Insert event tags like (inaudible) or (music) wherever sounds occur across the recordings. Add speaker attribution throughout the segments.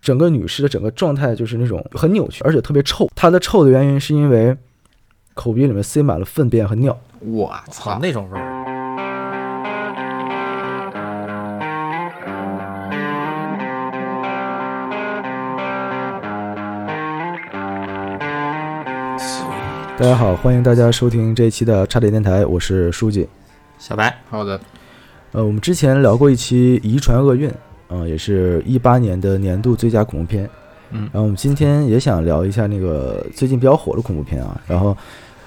Speaker 1: 整个女尸的整个状态就是那种很扭曲，而且特别臭。它的臭的原因是因为口鼻里面塞满了粪便和尿。
Speaker 2: 我
Speaker 3: 操
Speaker 2: 操，
Speaker 3: 那种味儿，
Speaker 1: 大家好，欢迎大家收听这一期的差点电台，我是书记。
Speaker 3: 小白，
Speaker 2: 好的，
Speaker 1: 呃，我们之前聊过一期《遗传厄运》，嗯、也是一八年的年度最佳恐怖片。
Speaker 3: 嗯
Speaker 1: 然后我们今天也想聊一下那个最近比较火的恐怖片啊。然后，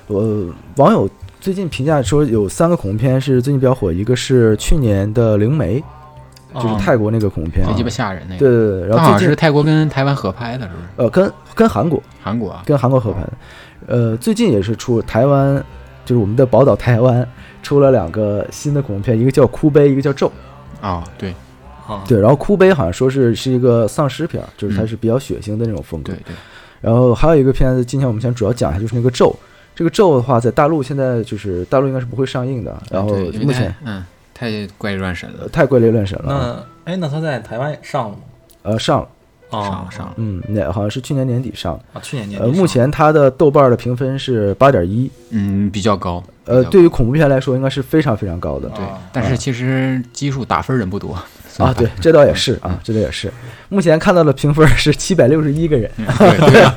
Speaker 1: 呃，网友最近评价说有三个恐怖片是最近比较火，一个是去年的《灵媒》，就是
Speaker 3: 哦
Speaker 1: 泰国那个恐怖片、啊
Speaker 2: 这鸡巴吓人那
Speaker 1: 对
Speaker 2: 个，
Speaker 1: 对对，
Speaker 2: 那
Speaker 1: 然
Speaker 2: 好
Speaker 1: 后
Speaker 2: 像
Speaker 1: 最
Speaker 2: 是
Speaker 1: 近
Speaker 2: 泰国跟台湾合拍的，是不是？
Speaker 1: 呃跟跟韩国
Speaker 2: 韩国啊，
Speaker 1: 跟韩国合拍的，呃最近也是出台湾，就是我们的宝岛台湾出了两个新的恐怖片，一个叫《哭悲》，一个叫《咒》。
Speaker 2: 哦，对
Speaker 3: 啊，
Speaker 1: 对，然后《哭悲》好像说是是一个丧尸片儿，就是它
Speaker 2: 嗯
Speaker 1: 是比较血腥的那种风格。
Speaker 2: 对对，
Speaker 1: 然后还有一个片子，今天我们想主要讲一下，就是那个《咒》。这个《咒》的话，在大陆现在就是大陆应该是不会上映的，然后
Speaker 2: 啊对因为
Speaker 1: 目
Speaker 2: 太
Speaker 1: 前
Speaker 2: 嗯太怪力乱神
Speaker 1: 呃
Speaker 2: 了，
Speaker 1: 太怪力乱神了啊，
Speaker 3: 那哎，那他在台湾也上了吗？
Speaker 1: 呃上了，
Speaker 2: 上了上了，
Speaker 1: 嗯，那好像是去年年底上的，
Speaker 3: 啊，去年年底
Speaker 1: 呃，
Speaker 3: 上
Speaker 1: 目前它的豆瓣儿的评分是八点一，
Speaker 2: 嗯，比较高，
Speaker 1: 呃
Speaker 2: 比，较
Speaker 1: 对于恐怖片来说，应该是非常非常高的。
Speaker 3: 啊
Speaker 2: 对，但是其实基数打分人不多
Speaker 1: 啊，
Speaker 2: (laughs)
Speaker 1: 对，，这倒也是啊，这倒也是。目前看到的评分是七百六十一个人，
Speaker 2: 嗯对对啊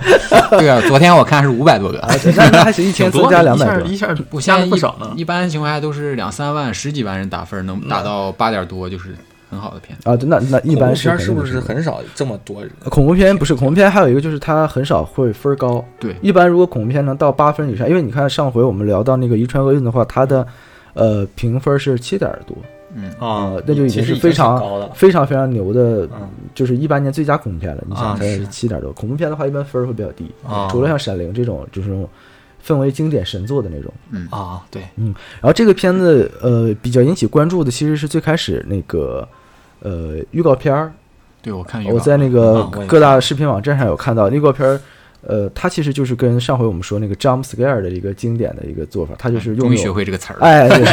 Speaker 2: 对啊，昨天我看是五百多个
Speaker 3: (laughs)
Speaker 1: 啊，，那那还行，一天增
Speaker 3: 挺多
Speaker 1: 加
Speaker 3: 的，
Speaker 1: 两
Speaker 3: 一
Speaker 1: 百
Speaker 3: 下
Speaker 1: 多。
Speaker 3: 一下不
Speaker 2: 我
Speaker 3: 下
Speaker 2: 现在
Speaker 3: 了
Speaker 2: 一
Speaker 3: 不少呢。
Speaker 2: 一般情况下都是两三万、十几万人打分，能打到八点多就是很好的片子。
Speaker 1: 啊，对那那一般是
Speaker 3: 恐怖片
Speaker 1: 肯
Speaker 3: 是
Speaker 1: 定
Speaker 3: 不
Speaker 1: 是
Speaker 3: 是很少这么多人？
Speaker 1: 恐怖片不是恐怖片，还有一个就是它很少会分儿高。
Speaker 2: 对
Speaker 1: 一般如果恐怖片能到八分以上，因为你看上回我们聊到那个《遗传厄运》的话，它的呃评分是七点多，
Speaker 2: 嗯，
Speaker 3: 啊
Speaker 1: 那就已经
Speaker 3: 其实
Speaker 1: 是
Speaker 3: 已
Speaker 1: 非常
Speaker 3: 高的了。
Speaker 1: 非常非常牛的
Speaker 3: 嗯，
Speaker 1: 就是一八年最佳恐怖片了。你
Speaker 3: 啊
Speaker 1: 想才
Speaker 3: 是
Speaker 1: 七点多，恐怖片的话一般分儿会比较低
Speaker 3: 啊，
Speaker 1: 除了像《闪灵》这种就是那种氛围经典神作的那种。
Speaker 3: 啊，对，
Speaker 1: 然后这个片子呃比较引起关注的其实是最开始那个呃预告片儿，
Speaker 2: 对我看预告
Speaker 1: 我在那个
Speaker 3: 啊我也
Speaker 1: 各大视频网站上有看到预告片儿，呃，它其实就是跟上回我们说那个 jump scare 的一个经典的一个做法，它就是
Speaker 2: 嗯终
Speaker 1: 用
Speaker 2: 于学会这个词儿了。 (laughs)
Speaker 1: 哎，对，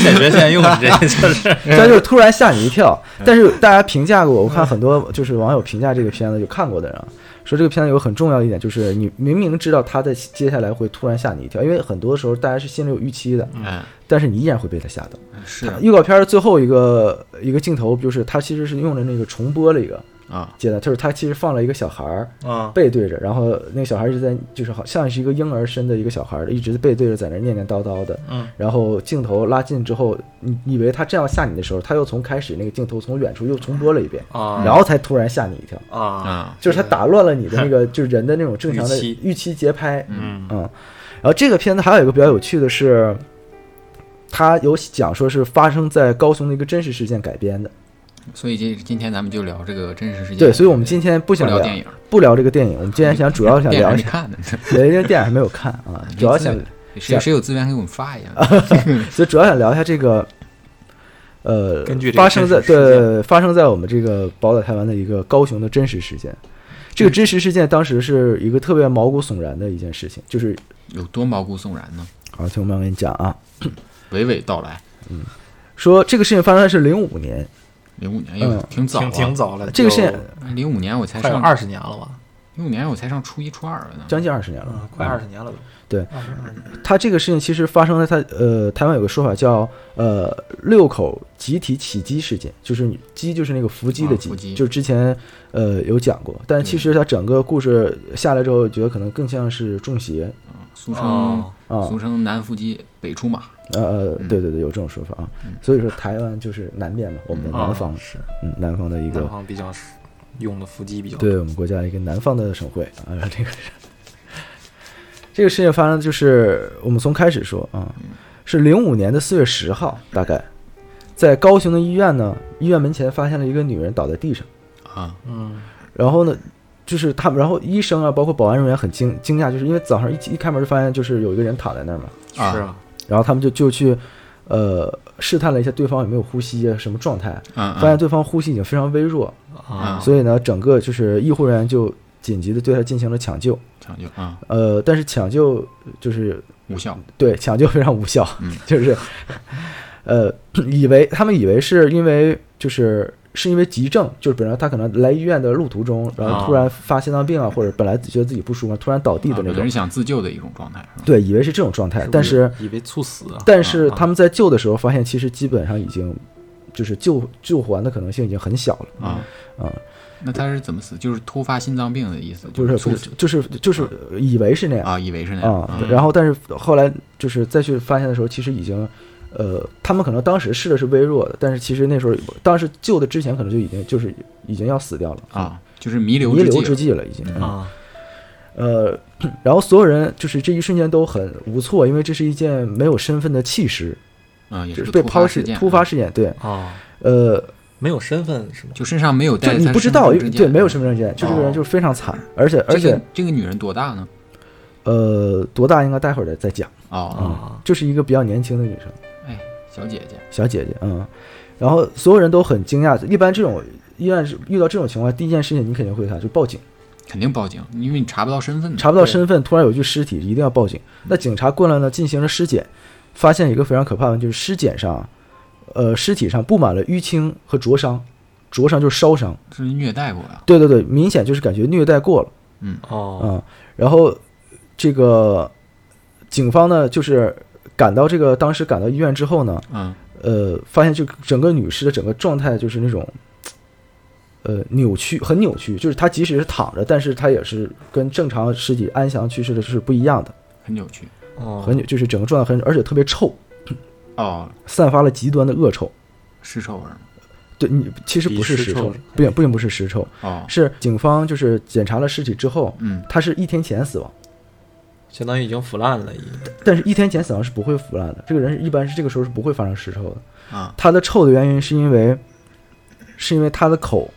Speaker 3: 现学现用，这就是
Speaker 1: 它就是突然吓你一跳。
Speaker 2: 嗯
Speaker 1: 但是大家评价过，我看很多就是网友评价这个片子，有看过的人啊，说这个片子有很重要的一点，就是你明明知道它在接下来会突然吓你一跳，因为很多时候大家是心里有预期的，
Speaker 2: 嗯，
Speaker 1: 但是你依然会被它吓到。
Speaker 2: 是啊
Speaker 1: 预告片儿最后一个一个镜头就是它其实是用的那个重播了一个
Speaker 2: 啊，
Speaker 1: 阶段，就是它其实放了一个小孩儿。
Speaker 3: 啊，
Speaker 1: 背对着，然后那个小孩一直在，就是好像是一个婴儿身的一个小孩，一直背对着在那儿念念叨叨的。
Speaker 3: 嗯，
Speaker 1: 然后镜头拉近之后，你你以为他这样吓你的时候，他又从开始那个镜头从远处又重播了一遍，
Speaker 3: 啊
Speaker 1: 然后才突然吓你一跳，
Speaker 3: 啊，
Speaker 2: 啊，
Speaker 1: 就是他打乱了你的
Speaker 3: (laughs)
Speaker 1: 那个就是人的那种正常的
Speaker 3: 预期
Speaker 1: 预期节拍。
Speaker 3: 嗯
Speaker 1: 嗯，然后这个片子还有一个比较有趣的是，它有讲说是发生在高雄的一个真实事件改编的。
Speaker 2: 所以今今天咱们就聊这个真实
Speaker 3: 嗯
Speaker 2: 事件。
Speaker 1: 对，所以我们今天不
Speaker 2: 不
Speaker 1: 想
Speaker 2: 聊电影，
Speaker 1: 不聊这个电影，我们今天
Speaker 3: (laughs)
Speaker 1: 想主要想
Speaker 2: 电影
Speaker 1: 聊
Speaker 2: 还
Speaker 1: 一
Speaker 2: 没
Speaker 1: 下。
Speaker 2: 看呢，
Speaker 1: 对，因为电影还没有看啊，主要想，
Speaker 2: (laughs) 谁谁有资源给我们发一下？
Speaker 1: (laughs) 所以主要想聊一下这个，呃，
Speaker 3: 根据这个
Speaker 1: 发生在
Speaker 3: 真实事件
Speaker 1: 对发生在我们这个宝岛台湾的一个高雄的真实事件。这个真实事件当时是一个特别毛骨悚然的一件事情，就是
Speaker 2: 有多毛骨悚然呢？
Speaker 1: 啊，听我慢慢跟你讲啊，
Speaker 2: 娓娓道来。
Speaker 1: 说这个事情发生的是零五年，
Speaker 2: 零五年，哎呦，
Speaker 1: 嗯
Speaker 2: 挺早啊，
Speaker 3: 挺挺早了，
Speaker 1: 这个是
Speaker 2: 零五年我才
Speaker 3: 快有
Speaker 2: 上，
Speaker 3: 二十年了吧？
Speaker 2: 零五年我才上初一初二了呢。
Speaker 1: 将近二十年嗯了，
Speaker 3: 啊快二十年了都。
Speaker 1: 对
Speaker 3: 二十二十年
Speaker 1: 他这个事情其实发生在他呃台湾有个说法叫呃六口集体起鸡事件，就是你鸡就是那个伏击的
Speaker 2: 啊伏击
Speaker 1: 就是之前呃有讲过，但其实他整个故事下来之后，觉得可能更像是中邪
Speaker 2: 俗称
Speaker 3: 哦
Speaker 1: 啊
Speaker 2: 俗称南伏击北出马，
Speaker 1: 呃呃
Speaker 2: 嗯
Speaker 1: 对对对有这种说法啊
Speaker 2: 嗯，
Speaker 1: 所以说台湾就是南边嘛，我们的
Speaker 3: 啊
Speaker 1: 南方
Speaker 3: 是
Speaker 1: 嗯南方的一
Speaker 3: 南
Speaker 1: 个
Speaker 3: 方比较是用的腹肌比较
Speaker 1: 对我们国家一个南方的省会啊 (laughs) 这个是这个事情发生就是我们从开始说啊，
Speaker 3: 嗯
Speaker 1: 是零五年的四月十号，大概在高雄的医院呢，医院门前发现了一个女人倒在地上，
Speaker 2: 啊，
Speaker 3: 嗯
Speaker 1: 然后呢，就是他们，然后医生啊，包括保安人员很惊惊讶，就是因为早上一一开门就发现就是有一个人躺在那儿嘛，
Speaker 3: 是
Speaker 2: 啊
Speaker 3: 啊
Speaker 1: 然后他们就就去呃试探了一下对方有没有呼吸啊，什么状态，
Speaker 2: 嗯
Speaker 1: 发现
Speaker 2: 嗯，
Speaker 1: 对方呼吸已经非常微弱，
Speaker 3: 啊
Speaker 1: 所以呢，整个就是医护人员就紧急的对他进行了抢救。
Speaker 2: 抢救啊，
Speaker 1: 呃，但是抢救就是
Speaker 2: 无效，
Speaker 1: 对抢救非常无 (laughs) 效，
Speaker 2: 嗯
Speaker 1: 就是呃，以为他们以为是因为就是是因为急症，就是本来他可能来医院的路途中，然后突然发心脏病啊，或者本来觉得自己不舒服，突然倒地
Speaker 2: 啊
Speaker 1: 的那
Speaker 2: 本来
Speaker 1: 种
Speaker 2: 是，想自救的一种状态，是吧？
Speaker 1: 对，以为是这啊种状态，但是
Speaker 3: 以为猝死啊，
Speaker 1: 但是
Speaker 3: 啊
Speaker 1: 他们在救的时候发现，其实基本上已经就是救救还的可能性已经很小了，
Speaker 2: 啊，
Speaker 1: 啊，
Speaker 2: 那他是怎么死？就是突发心脏病的意思，
Speaker 1: 就是是
Speaker 2: 猝
Speaker 1: 不
Speaker 2: 死
Speaker 1: 是就是就是以为是那样
Speaker 2: 啊，以为是那样
Speaker 1: 啊、然后但是后来就是再去发现的时候，其实已经，呃，他们可能当时试的是微弱的，但是其实那时候当时救的之前可能就已经就是已经要死掉了，
Speaker 2: 啊，就是弥留
Speaker 1: 弥留之
Speaker 2: 之际
Speaker 1: 际了已经。嗯
Speaker 3: 啊，
Speaker 1: 呃，然后所有人就是这一瞬间都很无措，因为这是一件没有身份的弃尸，
Speaker 2: 啊，也
Speaker 1: 就是是
Speaker 2: 个
Speaker 1: 被
Speaker 2: 突发
Speaker 1: 抛
Speaker 2: 事
Speaker 1: 尸
Speaker 2: 件，
Speaker 1: 突发
Speaker 2: 啊
Speaker 1: 事件。对，
Speaker 3: 哦，
Speaker 1: 呃，
Speaker 3: 没有身份是吗？
Speaker 2: 就身上没有
Speaker 1: 就
Speaker 2: 带，
Speaker 1: 你
Speaker 2: 他
Speaker 1: 不知
Speaker 2: 身份
Speaker 1: 道，因
Speaker 2: 证
Speaker 1: 为
Speaker 2: 件
Speaker 1: 对，没有身份证件，就这个人
Speaker 3: 哦
Speaker 1: 就是非常惨，而且而
Speaker 2: 嗯这
Speaker 1: 且
Speaker 2: 个嗯这个女人多大呢？
Speaker 1: 呃，多大应该待会儿再再讲，嗯
Speaker 2: 哦，
Speaker 3: 啊，
Speaker 1: 就是一个比较年轻的女生。
Speaker 2: 哎，小姐姐，
Speaker 1: 小姐姐，嗯，然后所有人都很惊讶。一般这种一旦是遇到这种情况，第一件事情你肯定会干就报警，
Speaker 2: 肯定报警，因为你查不到身份的。
Speaker 1: 查不到身份，突然有一具尸体，一定要报警。那警察过来呢，进行了尸检，发现一个非常可怕的，就是尸检上，呃，尸体上布满了淤青和灼伤，灼伤就是烧伤，
Speaker 2: 是虐待过呀？
Speaker 1: 对对对，明显就是感觉虐待过了。
Speaker 3: 哦，
Speaker 1: 嗯，然后这个警方呢，就是赶到这个当时赶到医院之后呢，
Speaker 2: 嗯，
Speaker 1: 呃，发现就整个女尸的整个状态就是那种，呃，扭曲，很扭曲，就是她即使是躺着，但是她也是跟正常尸体安详去世的是不一样的，
Speaker 2: 很扭曲。
Speaker 3: 哦，
Speaker 1: 很扭，就是整个状态很，而且特别臭，
Speaker 2: 哦，
Speaker 1: 散发了极端的恶臭。
Speaker 2: 尸臭味儿吗。
Speaker 1: 对你其实
Speaker 3: 比
Speaker 1: 不是
Speaker 3: 尸
Speaker 1: 尸
Speaker 3: 臭
Speaker 1: 臭
Speaker 3: 是，
Speaker 1: 不并不并不是尸臭，
Speaker 2: 哦，
Speaker 1: 是警方就是检查了尸体之后，
Speaker 2: 嗯，
Speaker 1: 她是一天前死亡，
Speaker 3: 相当于已经腐烂了，已经
Speaker 1: 但是一天前死亡是不会腐烂的，这个人是一般是这个时候是不会发生尸臭的。
Speaker 2: 啊，
Speaker 1: 它的臭的原因是因为，是因为它的口、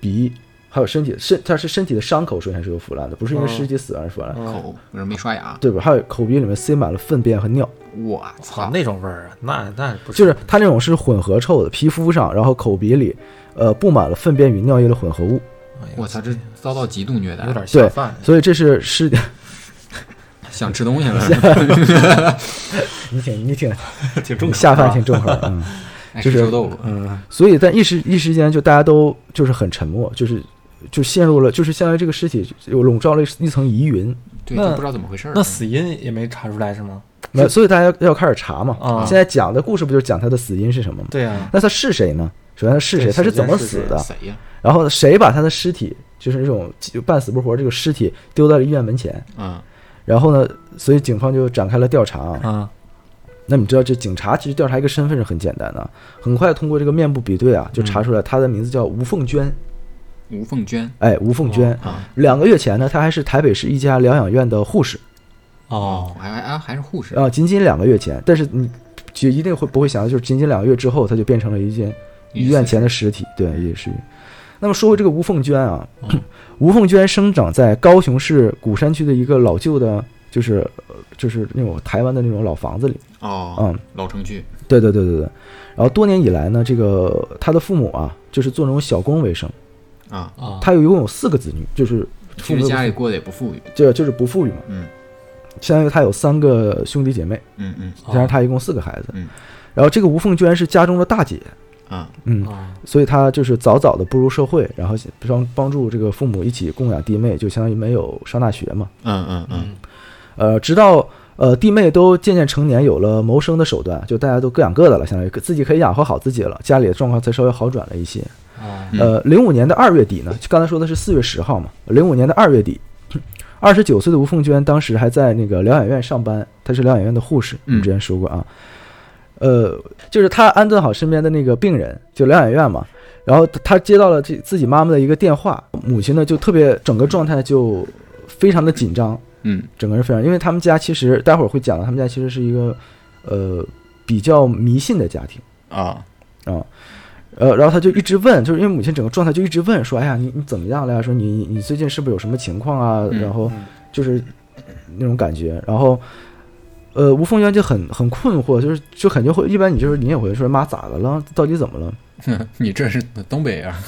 Speaker 1: 鼻还有身体身，它是身体的伤口首先是有腐烂的，不是因为
Speaker 3: 嗯
Speaker 1: 尸体死而腐烂，
Speaker 2: 口不是没刷牙。
Speaker 1: 对吧？还有口鼻里面塞满了粪便和尿，
Speaker 2: 我
Speaker 3: 操
Speaker 2: 操，
Speaker 3: 那种味儿啊，那那不
Speaker 1: 就是它那种是混合臭的，皮肤上，然后口鼻里，呃，布满了粪便与尿液的混合物，
Speaker 3: 哎呦
Speaker 2: 我操，这遭到极度虐待
Speaker 3: 有，点
Speaker 1: 对
Speaker 3: 下饭，
Speaker 1: 所以这是尸，
Speaker 2: 想吃东西了。
Speaker 1: (laughs) 你挺你挺
Speaker 3: (laughs) 挺重口
Speaker 1: 下饭
Speaker 3: 啊
Speaker 1: 挺正好，嗯。
Speaker 2: 爱
Speaker 1: 就
Speaker 2: 哎吃
Speaker 1: 是
Speaker 2: 臭豆腐。
Speaker 3: 嗯，
Speaker 1: 所以在一时一时间，就大家都就是很沉默，就是就陷入了，就是相当于这个尸体有笼罩了一一层疑云，
Speaker 2: 对，
Speaker 3: 那
Speaker 2: 就不知道怎么回事儿。
Speaker 3: (laughs) 那死因也没查出来是吗？
Speaker 1: 那所以大家要开始查嘛。
Speaker 3: 啊
Speaker 1: 现在讲的故事不就是讲他的死因是什么吗？
Speaker 3: 对啊，
Speaker 1: 那他是谁呢？首先他是谁？
Speaker 3: 对
Speaker 1: 他是怎么
Speaker 3: 首先是
Speaker 1: 死
Speaker 3: 谁
Speaker 1: 的？
Speaker 2: 谁呀？
Speaker 1: 然后谁把他的尸体，就是这种就半死不活这个尸体丢到了医院门前？
Speaker 2: 嗯，
Speaker 1: 然后呢，所以警方就展开了调查啊。
Speaker 3: 啊，
Speaker 1: 那你知道，这警察其实调查一个身份是很简单的，很快通过这个面部比对啊，就查出来他的名字叫吴凤娟。
Speaker 2: 吴凤娟
Speaker 1: 哎，吴凤娟，
Speaker 3: 哦
Speaker 2: 啊。
Speaker 1: 两个月前呢，她还是台北市一家疗养院的护士
Speaker 3: 哦，
Speaker 2: 还还还还是护士
Speaker 1: 啊、仅仅两个月前。但是你就一定会不会想到，就是仅仅两个月之后，她就变成了一件医院前的尸体，对，也是。那么说回这个吴凤娟啊，
Speaker 2: 嗯
Speaker 1: 吴凤娟生长在高雄市鼓山区的一个老旧的，就是呃就是那种台湾的那种老房子里，
Speaker 2: 哦，
Speaker 1: 嗯，
Speaker 2: 老城区
Speaker 1: 对对对对对。然后多年以来呢，这个他的父母啊，就是做那种小工为生，
Speaker 2: 啊，
Speaker 3: 啊，
Speaker 1: 他有一共有四个子女，就是父
Speaker 2: 其
Speaker 1: 母
Speaker 2: 实家里过得也不富裕。
Speaker 1: 就就是不富裕嘛，
Speaker 2: 嗯
Speaker 1: 相当于他有三个兄弟姐妹，
Speaker 2: 嗯嗯
Speaker 3: 哦
Speaker 1: 加上他一共四个孩子。
Speaker 2: 嗯
Speaker 1: 然后这个吴凤娟是家中的大姐，
Speaker 2: 啊
Speaker 1: 嗯，
Speaker 3: 啊，
Speaker 1: 所以他就是早早的步入社会，然后帮帮助这个父母一起供养弟妹，就相当于没有上大学嘛。
Speaker 2: 嗯嗯嗯，
Speaker 3: 嗯
Speaker 1: 呃，直到呃弟妹都渐渐成年，有了谋生的手段，就大家都各养各的了，相当于自己可以养活好自己了，家里的状况才稍微好转了一些。
Speaker 3: (laughs) 啊，
Speaker 2: 嗯
Speaker 1: 呃，零五年的二月底呢，就刚才说的是四月十号嘛，零五年的二月底。二十九岁的吴凤娟当时还在那个疗养院上班，她是疗养院的护士，我们
Speaker 2: 嗯
Speaker 1: 之前说过啊。呃，就是她安顿好身边的那个病人，就疗养院嘛。然后她她接到了这自己妈妈的一个电话，母亲呢就特别整个状态就非常的紧张，
Speaker 2: 嗯
Speaker 1: 整个人非常，因为他们家其实待会儿会讲到，他们家其实是一个呃比较迷信的家庭。
Speaker 2: 啊 (laughs)
Speaker 1: 啊，呃，然后他就一直问，就是因为母亲整个状态就一直问说，哎呀，你你怎么样了呀？说你你最近是不是有什么情况啊？
Speaker 2: 嗯
Speaker 1: 然后就是那种感觉，然后呃，吴凤娟就很很困惑，就是就感觉会，一般你就是你也会说妈咋的了？到底怎么了？ (laughs)
Speaker 2: 哼你这是东北啊？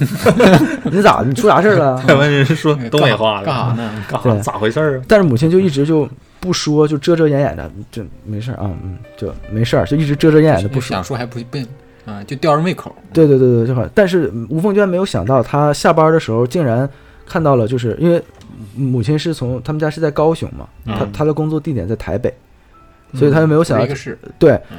Speaker 1: 你咋你出啥事儿了？ (laughs)
Speaker 3: 台湾人说
Speaker 2: 嗯干
Speaker 3: 东北话了，
Speaker 2: 干啥
Speaker 3: (laughs)
Speaker 2: 呢？
Speaker 3: 干啥？
Speaker 1: 对
Speaker 3: 咋回事儿啊？
Speaker 1: 但是母亲就一直就不说，
Speaker 2: (laughs)
Speaker 1: 就遮遮掩掩的，就没事儿啊，嗯，就没事儿，就一直遮遮掩掩的不说。
Speaker 2: 想说还不笨，嗯，就吊人胃口。
Speaker 1: 对对对对，就好。但是嗯吴凤娟没有想到，她下班的时候竟然看到了，就是因为母亲是从他们家是在高雄嘛，她
Speaker 2: 嗯
Speaker 1: 她的工作地点在台北，所以她就没有想
Speaker 2: 一
Speaker 1: 到
Speaker 2: 个是，
Speaker 1: 对
Speaker 2: 嗯。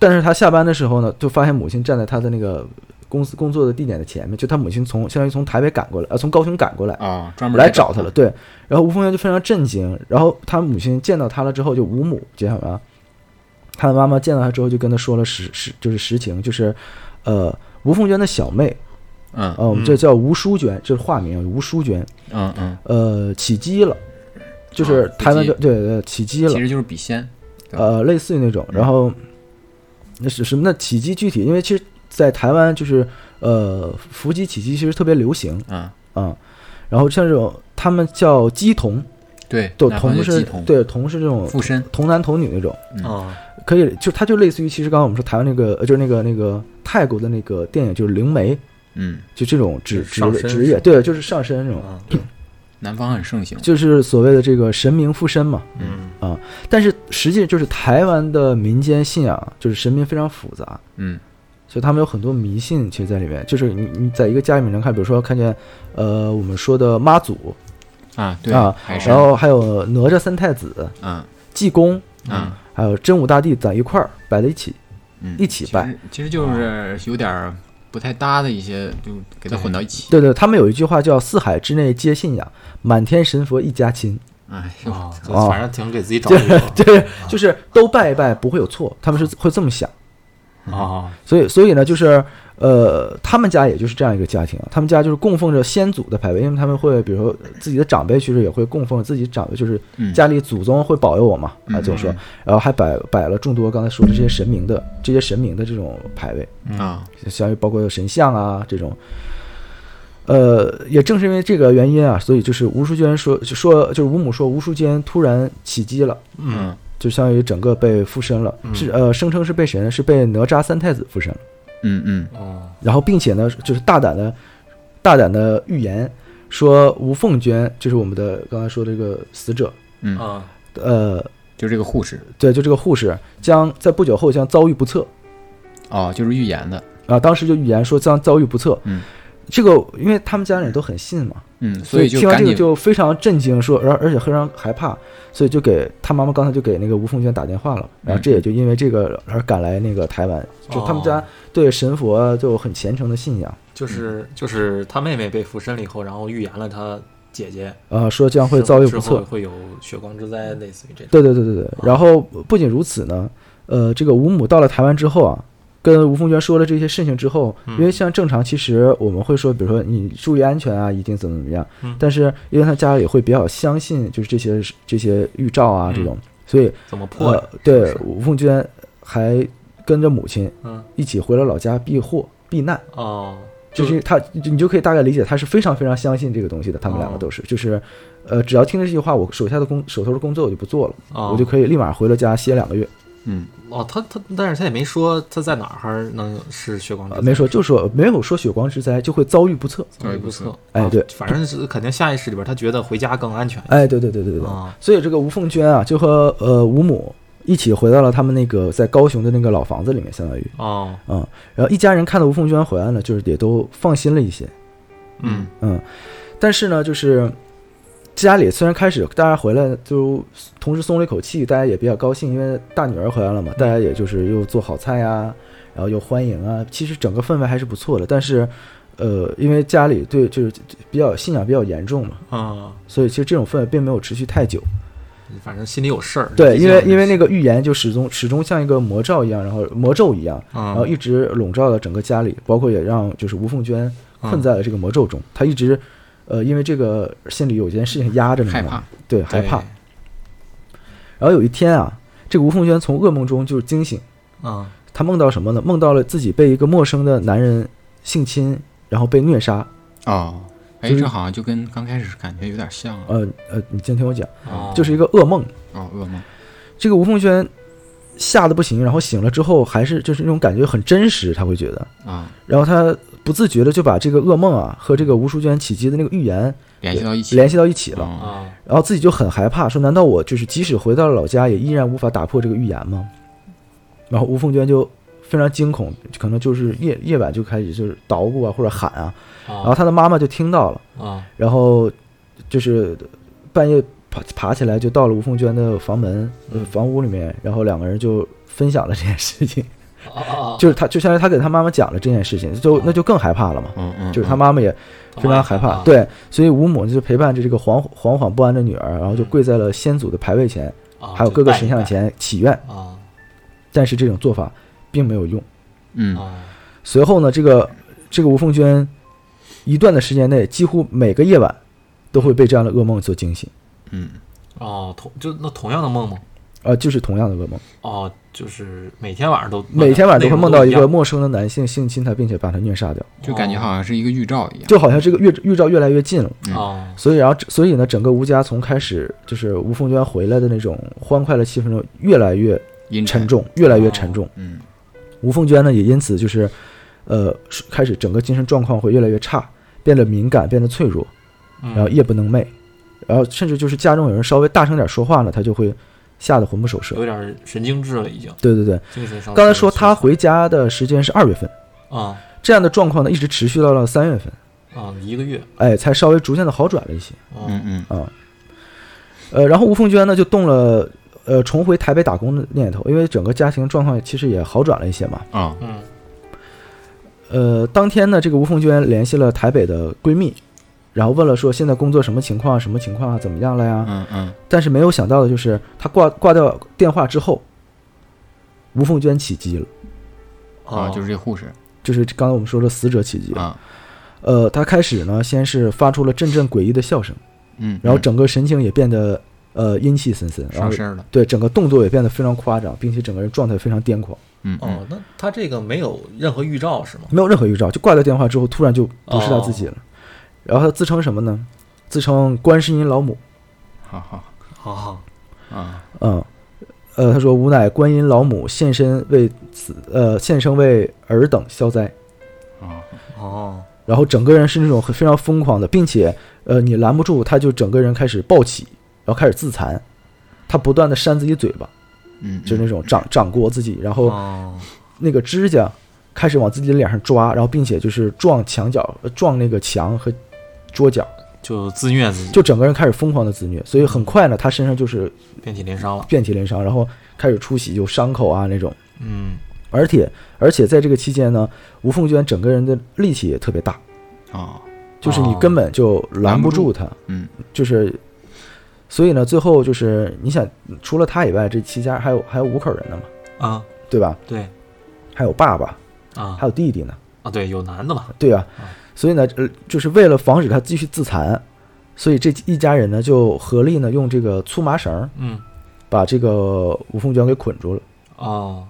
Speaker 1: 但是她下班的时候呢，就发现母亲站在她的那个公司工作的地点的前面，就她母亲从相当于从台北赶过来，呃，从高雄赶过来，
Speaker 2: 啊，专门
Speaker 1: 来找他了。。对，然后吴凤元就非常震惊，然后他母亲见到他了之后就吴母，接下来他的妈妈见到他之后就跟他说了实实就是实情，就是呃吴凤娟的小妹，
Speaker 2: 嗯
Speaker 1: 呃我们这叫吴淑娟，这是化名吴淑娟，
Speaker 2: 嗯嗯，
Speaker 1: 呃起鸡了，就是
Speaker 2: 啊
Speaker 1: 台湾
Speaker 2: 起
Speaker 1: 的
Speaker 2: 鸡
Speaker 1: 对对起鸡了
Speaker 2: 其，实就是笔仙。对
Speaker 1: 呃类似于那种，然后那是什么呢？起鸡具体因为其实在台湾就是呃伏击起鸡其实特别流行
Speaker 2: 嗯，
Speaker 1: 啊、然后像这种他们叫鸡童。
Speaker 2: 对，
Speaker 1: 对，
Speaker 2: 那好
Speaker 1: 同
Speaker 2: 像就
Speaker 1: 是
Speaker 2: 鸡同
Speaker 1: 对同是这种
Speaker 2: 附身。
Speaker 1: 童男童女那种，
Speaker 2: 嗯
Speaker 3: 啊，
Speaker 1: 可以就它就类似于其实刚刚我们说台湾那个呃就是那个那个泰国的那个电影就是灵媒，
Speaker 2: 嗯，
Speaker 1: 就这种职
Speaker 3: 就是
Speaker 1: 职
Speaker 3: 上身
Speaker 1: 职业，对，就是上身这种，
Speaker 3: 啊
Speaker 2: 南方很盛行。
Speaker 1: 就是所谓的这个神明附身嘛。
Speaker 3: 嗯
Speaker 1: 但是实际就是台湾的民间信仰就是神明非常复杂，
Speaker 2: 嗯
Speaker 1: 所以他们有很多迷信，其实在里面，就是你你在一个家里面能看，比如说看见呃我们说的妈祖
Speaker 2: 啊，对
Speaker 1: 啊
Speaker 2: 海，参
Speaker 1: 然。后还有哪吒三太子、
Speaker 2: 嗯
Speaker 1: 济公，
Speaker 2: 嗯
Speaker 1: 还有真武大帝在一块儿摆在一起。
Speaker 2: 嗯，
Speaker 1: 一起拜
Speaker 2: 其实。其实就是有点儿不太搭的一些，就给它混到一起。
Speaker 1: 对对，他们有一句话叫“四海之内皆信仰，满天神佛一家亲 (laughs)
Speaker 2: 哎呦，
Speaker 3: 啊，这
Speaker 1: 啊
Speaker 3: 反正挺给自己找理 (laughs) 由”，
Speaker 1: 对，就是都拜一拜不会有错，他们是会这么想。
Speaker 3: 啊
Speaker 1: 所以，所以呢，就是呃，他们家也就是这样一个家庭，啊他们家就是供奉着先祖的牌位，因为他们会，比如说自己的长辈去世也会供奉自己长辈，就是
Speaker 2: 嗯
Speaker 1: 家里祖宗会保佑我嘛，啊，
Speaker 2: 嗯
Speaker 1: 就是说
Speaker 2: 嗯，
Speaker 1: 然后还摆摆了众多刚才说的这些神明的这些神明的这种牌位，
Speaker 2: 啊，
Speaker 1: 相当于包括神像啊这种。呃，也正是因为这个原因啊，所以就是吴淑娟说就说就是吴母说吴淑娟突然起机了，
Speaker 3: 嗯
Speaker 1: 就相当于整个被附身了，
Speaker 3: 嗯
Speaker 1: 是呃声称是被谁？是被哪吒三太子附身了。
Speaker 2: 嗯嗯
Speaker 3: 哦
Speaker 1: 然后并且呢，就是大胆的大胆的预言说吴凤娟就是我们的刚才说这个死者，
Speaker 2: 嗯，
Speaker 3: 啊
Speaker 1: 呃，
Speaker 2: 就这个护士
Speaker 1: 对，就这个护士将在不久后将遭遇不测。
Speaker 2: 哦，就是预言的，
Speaker 1: 啊，当时就预言说将遭遇不测。
Speaker 2: 嗯，
Speaker 1: 这个因为他们家人都很信嘛，
Speaker 2: 嗯，
Speaker 1: 所
Speaker 2: 所以就
Speaker 1: 听完
Speaker 2: 赶
Speaker 1: 这个
Speaker 2: 紧
Speaker 1: 就非常震惊，说，而而且非常害怕，所以就给他妈妈刚才就给那个吴凤娟打电话了，然
Speaker 2: 嗯
Speaker 1: 后这也就因为这个而赶来那个台湾，就他们家
Speaker 3: 哦
Speaker 1: 对神佛啊就很虔诚的信仰，
Speaker 3: 就是就是他妹妹被附身了以后，然后预言了他姐姐
Speaker 1: 呃，说将会遭遇不
Speaker 3: 之后
Speaker 1: 测，
Speaker 3: 会有血光之灾，类似于这种。
Speaker 1: 对对对对对。然后不仅如此呢，呃，这个吴母到了台湾之后啊。跟吴凤娟说了这些事情之后，
Speaker 3: 嗯
Speaker 1: 因为像正常，其实我们会说，比如说你注意安全啊，一定怎么怎么样。
Speaker 3: 嗯
Speaker 1: 但是因为他家里会比较相信，就是这些这些预兆啊这种，所以
Speaker 3: 怎么嗯破呀
Speaker 1: 呃？，对，吴凤娟还跟着母亲
Speaker 3: 嗯
Speaker 1: 一起回了老家避祸避难，
Speaker 3: 哦，
Speaker 1: 就是他，就你就可以大概理解，他是非常非常相信这个东西的。他们两
Speaker 3: 哦
Speaker 1: 个都是，就是，呃，只要听着这句话，我手下的工手头的工作我就不做了，
Speaker 3: 哦
Speaker 1: 我就可以立马回了家歇两个月。
Speaker 2: 嗯
Speaker 3: 哦，他他，但是他也没说他在哪儿能是血光之
Speaker 1: 呃
Speaker 3: 灾，
Speaker 1: 没说，就说没有说血光之灾就会遭遇不测。
Speaker 3: 遭遇不测。
Speaker 1: 哎
Speaker 3: 啊啊
Speaker 1: 对
Speaker 3: 反正是肯定下意识里边，他觉得回家更安全。
Speaker 1: 哎，对对对对对对。
Speaker 3: 啊
Speaker 1: 所以这个吴凤娟啊，就和呃吴母一起回到了他们那个在高雄的那个老房子里面，相当于，
Speaker 3: 哦，
Speaker 1: 嗯，然后一家人看到吴凤娟回来了，就是也都放心了一些。
Speaker 3: 嗯
Speaker 1: 嗯，但是呢，就是家里虽然开始大家回来就同时松了一口气，大家也比较高兴，因为大女儿回来了嘛，大家也就是又做好菜呀、然后又欢迎啊，其实整个氛围还是不错的。但是，呃，因为家里对就是比较信仰比较严重嘛，
Speaker 3: 啊，
Speaker 1: 所以其实这种氛围并没有持续太久。
Speaker 3: 嗯反正心里有事儿。
Speaker 1: 对，因为因为那个预言就始终始终像一个魔咒一样，然后魔咒一样，
Speaker 3: 啊
Speaker 1: 然后一直笼罩了整个家里，包括也让就是吴凤娟困
Speaker 3: 嗯
Speaker 1: 在了这个魔咒中。她一直，呃，因为这个心里有一件事情压着呢
Speaker 2: 害
Speaker 1: 嘛
Speaker 2: 怕，
Speaker 1: 对，害怕
Speaker 3: 对。
Speaker 1: 然后有一天啊，这个吴凤娟从噩梦中就是惊醒，
Speaker 3: 啊
Speaker 1: 她梦到什么呢？梦到了自己被一个陌生的男人性侵，然后被虐杀。
Speaker 2: 哦，哎，
Speaker 1: 就是
Speaker 2: 这好像就跟刚开始感觉有点像啊，
Speaker 1: 呃呃，你先听我讲，
Speaker 3: 哦
Speaker 1: 就是一个噩梦。
Speaker 2: 哦，噩梦，
Speaker 1: 这个吴凤娟吓得不行，然后醒了之后还是就是那种感觉很真实，她会觉得。
Speaker 2: 啊，
Speaker 1: 然后他不自觉的就把这个噩梦啊和这个吴淑娟起鸡的那个预言
Speaker 2: 联系到一起，
Speaker 1: 联系到一起了，
Speaker 2: 哦
Speaker 3: 啊
Speaker 1: 然后自己就很害怕，说难道我就是即使回到了老家，也依然无法打破这个预言吗？然后吴凤娟就非常惊恐，可能就是夜夜晚就开始就是捣鼓啊或者喊啊，然后
Speaker 3: 啊
Speaker 1: 他的妈妈就听到了，
Speaker 3: 啊
Speaker 1: 然后就是半夜爬爬起来就到了吴凤娟的房门、呃
Speaker 3: 嗯
Speaker 1: 房屋里面，然后两个人就分享了这件事情，
Speaker 3: 啊啊！
Speaker 1: 就是他就相当于他给他妈妈讲了这件事情，就那就更害怕了嘛，
Speaker 2: 嗯嗯，
Speaker 1: 就是他妈妈也
Speaker 3: 啊
Speaker 1: 非常害怕，
Speaker 3: 啊
Speaker 1: 对，所以吴母就陪伴着这个惶惶惶不安的女儿，然后就跪在了先祖的牌位前，
Speaker 3: 啊
Speaker 1: 还有
Speaker 3: 就
Speaker 1: 各个
Speaker 3: 带
Speaker 1: 神像
Speaker 3: 带
Speaker 1: 前祈愿，
Speaker 3: 啊
Speaker 1: 但是这种做法并没有用。
Speaker 2: 嗯
Speaker 3: 啊
Speaker 1: 随后呢，这个这个吴凤娟一段的时间内，几乎每个夜晚都会被这样的噩梦所惊醒，
Speaker 2: 嗯
Speaker 3: 啊！同就那同样的梦吗？
Speaker 1: 呃，就是同样的噩梦，
Speaker 3: 哦，就是每天晚上都
Speaker 1: 每天晚上都会梦到一个
Speaker 3: 内容
Speaker 1: 陌生的男性性侵她，并且把她虐杀掉，
Speaker 3: 都一样
Speaker 2: 就感觉好像是一个预兆一样。
Speaker 1: 就好像这个预预兆越来越近了。
Speaker 2: 嗯
Speaker 3: 哦
Speaker 1: 所以，然后，所以呢，整个吴家从开始就是吴凤娟回来的那种欢快的气氛中，越来越
Speaker 2: 阴
Speaker 1: 沉，重，越来越沉重。
Speaker 2: 嗯
Speaker 1: 吴凤娟呢，也因此就是，呃，开始整个精神状况会越来越差，变得敏感，变得脆弱，
Speaker 3: 嗯
Speaker 1: 然后夜不能寐，然后甚至就是家中有人稍微大声点说话呢，她就会吓得魂不守舍。
Speaker 3: 有点神经质了，已经
Speaker 1: 对对对，
Speaker 3: 精神上。
Speaker 1: 刚才说她回家的时间是二月份，
Speaker 3: 啊
Speaker 1: 这样的状况呢一直持续到了三月份，
Speaker 3: 啊一个月
Speaker 1: 哎，才稍微逐渐的好转了一些
Speaker 3: 啊
Speaker 2: 嗯嗯
Speaker 1: 啊。呃，然后吴凤娟呢就动了呃重回台北打工的念头，因为整个家庭状况其实也好转了一些嘛。
Speaker 2: 啊
Speaker 3: 嗯
Speaker 1: 呃，当天呢，这个吴凤娟联系了台北的闺蜜，然后问了说现在工作什么情况，什么情况啊，怎么样了呀？
Speaker 2: 嗯嗯
Speaker 1: 但是没有想到的就是，她挂挂掉电话之后，吴凤娟起机了，
Speaker 3: 哦
Speaker 1: 哦
Speaker 2: 啊，就是这护士
Speaker 1: 就是刚才我们说的死者起机。
Speaker 2: 啊，
Speaker 1: 呃，她开始呢，先是发出了阵阵诡异的笑声，
Speaker 2: 嗯，
Speaker 1: 然后整个神情也变得呃阴气森森，然
Speaker 2: 上
Speaker 1: 后
Speaker 2: 身儿了，
Speaker 1: 对整个动作也变得非常夸张，并且整个人状态非常癫狂，
Speaker 2: 嗯嗯
Speaker 3: 哦，那他这个没有任何预兆是吗？
Speaker 1: 没有任何预兆，就挂掉电话之后，突然就不是她自己
Speaker 2: 哦
Speaker 1: 了。然后她自称什么呢？自称观世音老母。
Speaker 2: 好好
Speaker 3: 啊
Speaker 2: 啊，
Speaker 1: 嗯，呃，他说吾乃观音老母现身为此，呃，现身为尔等消灾。
Speaker 2: 啊，
Speaker 3: 哦
Speaker 1: 然后整个人是那种很非常疯狂的，并且呃，你拦不住他，就整个人开始暴起，然后开始自残。他不断的扇自己嘴巴，
Speaker 2: 嗯，
Speaker 1: 就是那种掌掌掴自己，然后
Speaker 3: 哦
Speaker 1: 那个指甲开始往自己的脸上抓，然后并且就是撞墙角，呃撞那个墙和桌角，
Speaker 3: 就自虐自己，
Speaker 1: 就整个人开始疯狂的自虐。所以很快呢，他身上就是
Speaker 3: 遍体鳞伤了。
Speaker 1: 遍体鳞伤，然后开始出血，有伤口啊那种。
Speaker 3: 嗯
Speaker 1: 而且而且在这个期间呢，吴凤娟整个人的力气也特别大，
Speaker 2: 啊，
Speaker 1: 就是你根本就拦不住她，
Speaker 2: 嗯
Speaker 1: 就是，所以呢，最后就是你想，除了她以外，这齐家还有还有五口人呢嘛，
Speaker 3: 啊
Speaker 1: 对吧？
Speaker 3: 对
Speaker 1: 还有爸爸，
Speaker 3: 啊
Speaker 1: 还有弟弟呢，
Speaker 3: 啊对，有男的嘛
Speaker 1: 对啊
Speaker 3: 啊，
Speaker 1: 所以呢，呃，就是为了防止她继续自残，所以这一家人呢就合力呢用这个粗麻绳
Speaker 3: 嗯
Speaker 1: 把这个吴凤娟给捆住了。
Speaker 3: 哦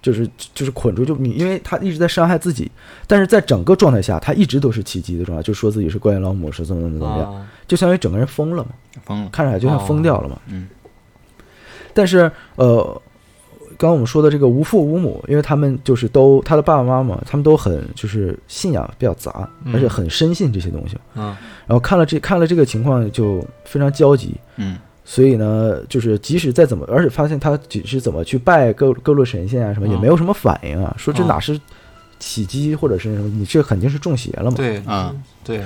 Speaker 1: 就是就是捆住，就你，因为他一直在伤害自己，但是在整个状态下，他一直都是起鸡的状态，就说自己是怪老母，是怎么怎么怎么样，
Speaker 3: 啊
Speaker 1: 就相当于整个人疯了嘛，
Speaker 2: 疯了，
Speaker 1: 看上来就像疯掉了
Speaker 3: 哦
Speaker 1: 嘛。
Speaker 2: 嗯
Speaker 1: 但是呃，刚刚我们说的这个无父无母，因为他们就是都他的爸爸妈妈，他们都很就是信仰比较杂，
Speaker 3: 嗯
Speaker 1: 而且很深信这些东西，
Speaker 3: 嗯
Speaker 1: 然后看了这看了这个情况就非常焦急。
Speaker 2: 嗯
Speaker 1: 所以呢，就是即使再怎么，而且发现他只是怎么去拜各各路神仙啊什么，
Speaker 3: 嗯
Speaker 1: 也没有什么反应啊。说这
Speaker 3: 嗯
Speaker 1: 哪是起鸡或者是什么，你这肯定是中邪了嘛。
Speaker 3: 对
Speaker 2: 啊
Speaker 3: 对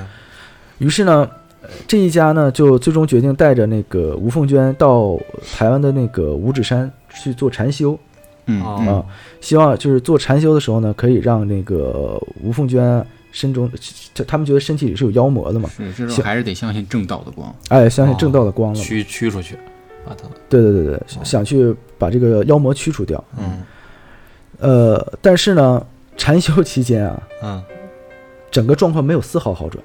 Speaker 1: 于是呢，呃这一家呢就最终决定带着那个吴凤娟到台湾的那个五指山去做禅修，
Speaker 2: 嗯
Speaker 3: 哦
Speaker 1: 希望就是做禅修的时候呢，可以让那个吴凤娟身中，这他们觉得身体里是有妖魔的嘛，
Speaker 2: 是，这时候还是得相信正道的光。
Speaker 1: 哎，相信
Speaker 3: 哦
Speaker 1: 正道的光了嘛。
Speaker 3: 驱驱出去把他
Speaker 1: 对对对对，
Speaker 3: 哦
Speaker 1: 想去把这个妖魔驱除掉。
Speaker 3: 嗯
Speaker 1: 呃，但是呢，禅修期间啊，
Speaker 3: 嗯
Speaker 1: 整个状况没有丝毫好转，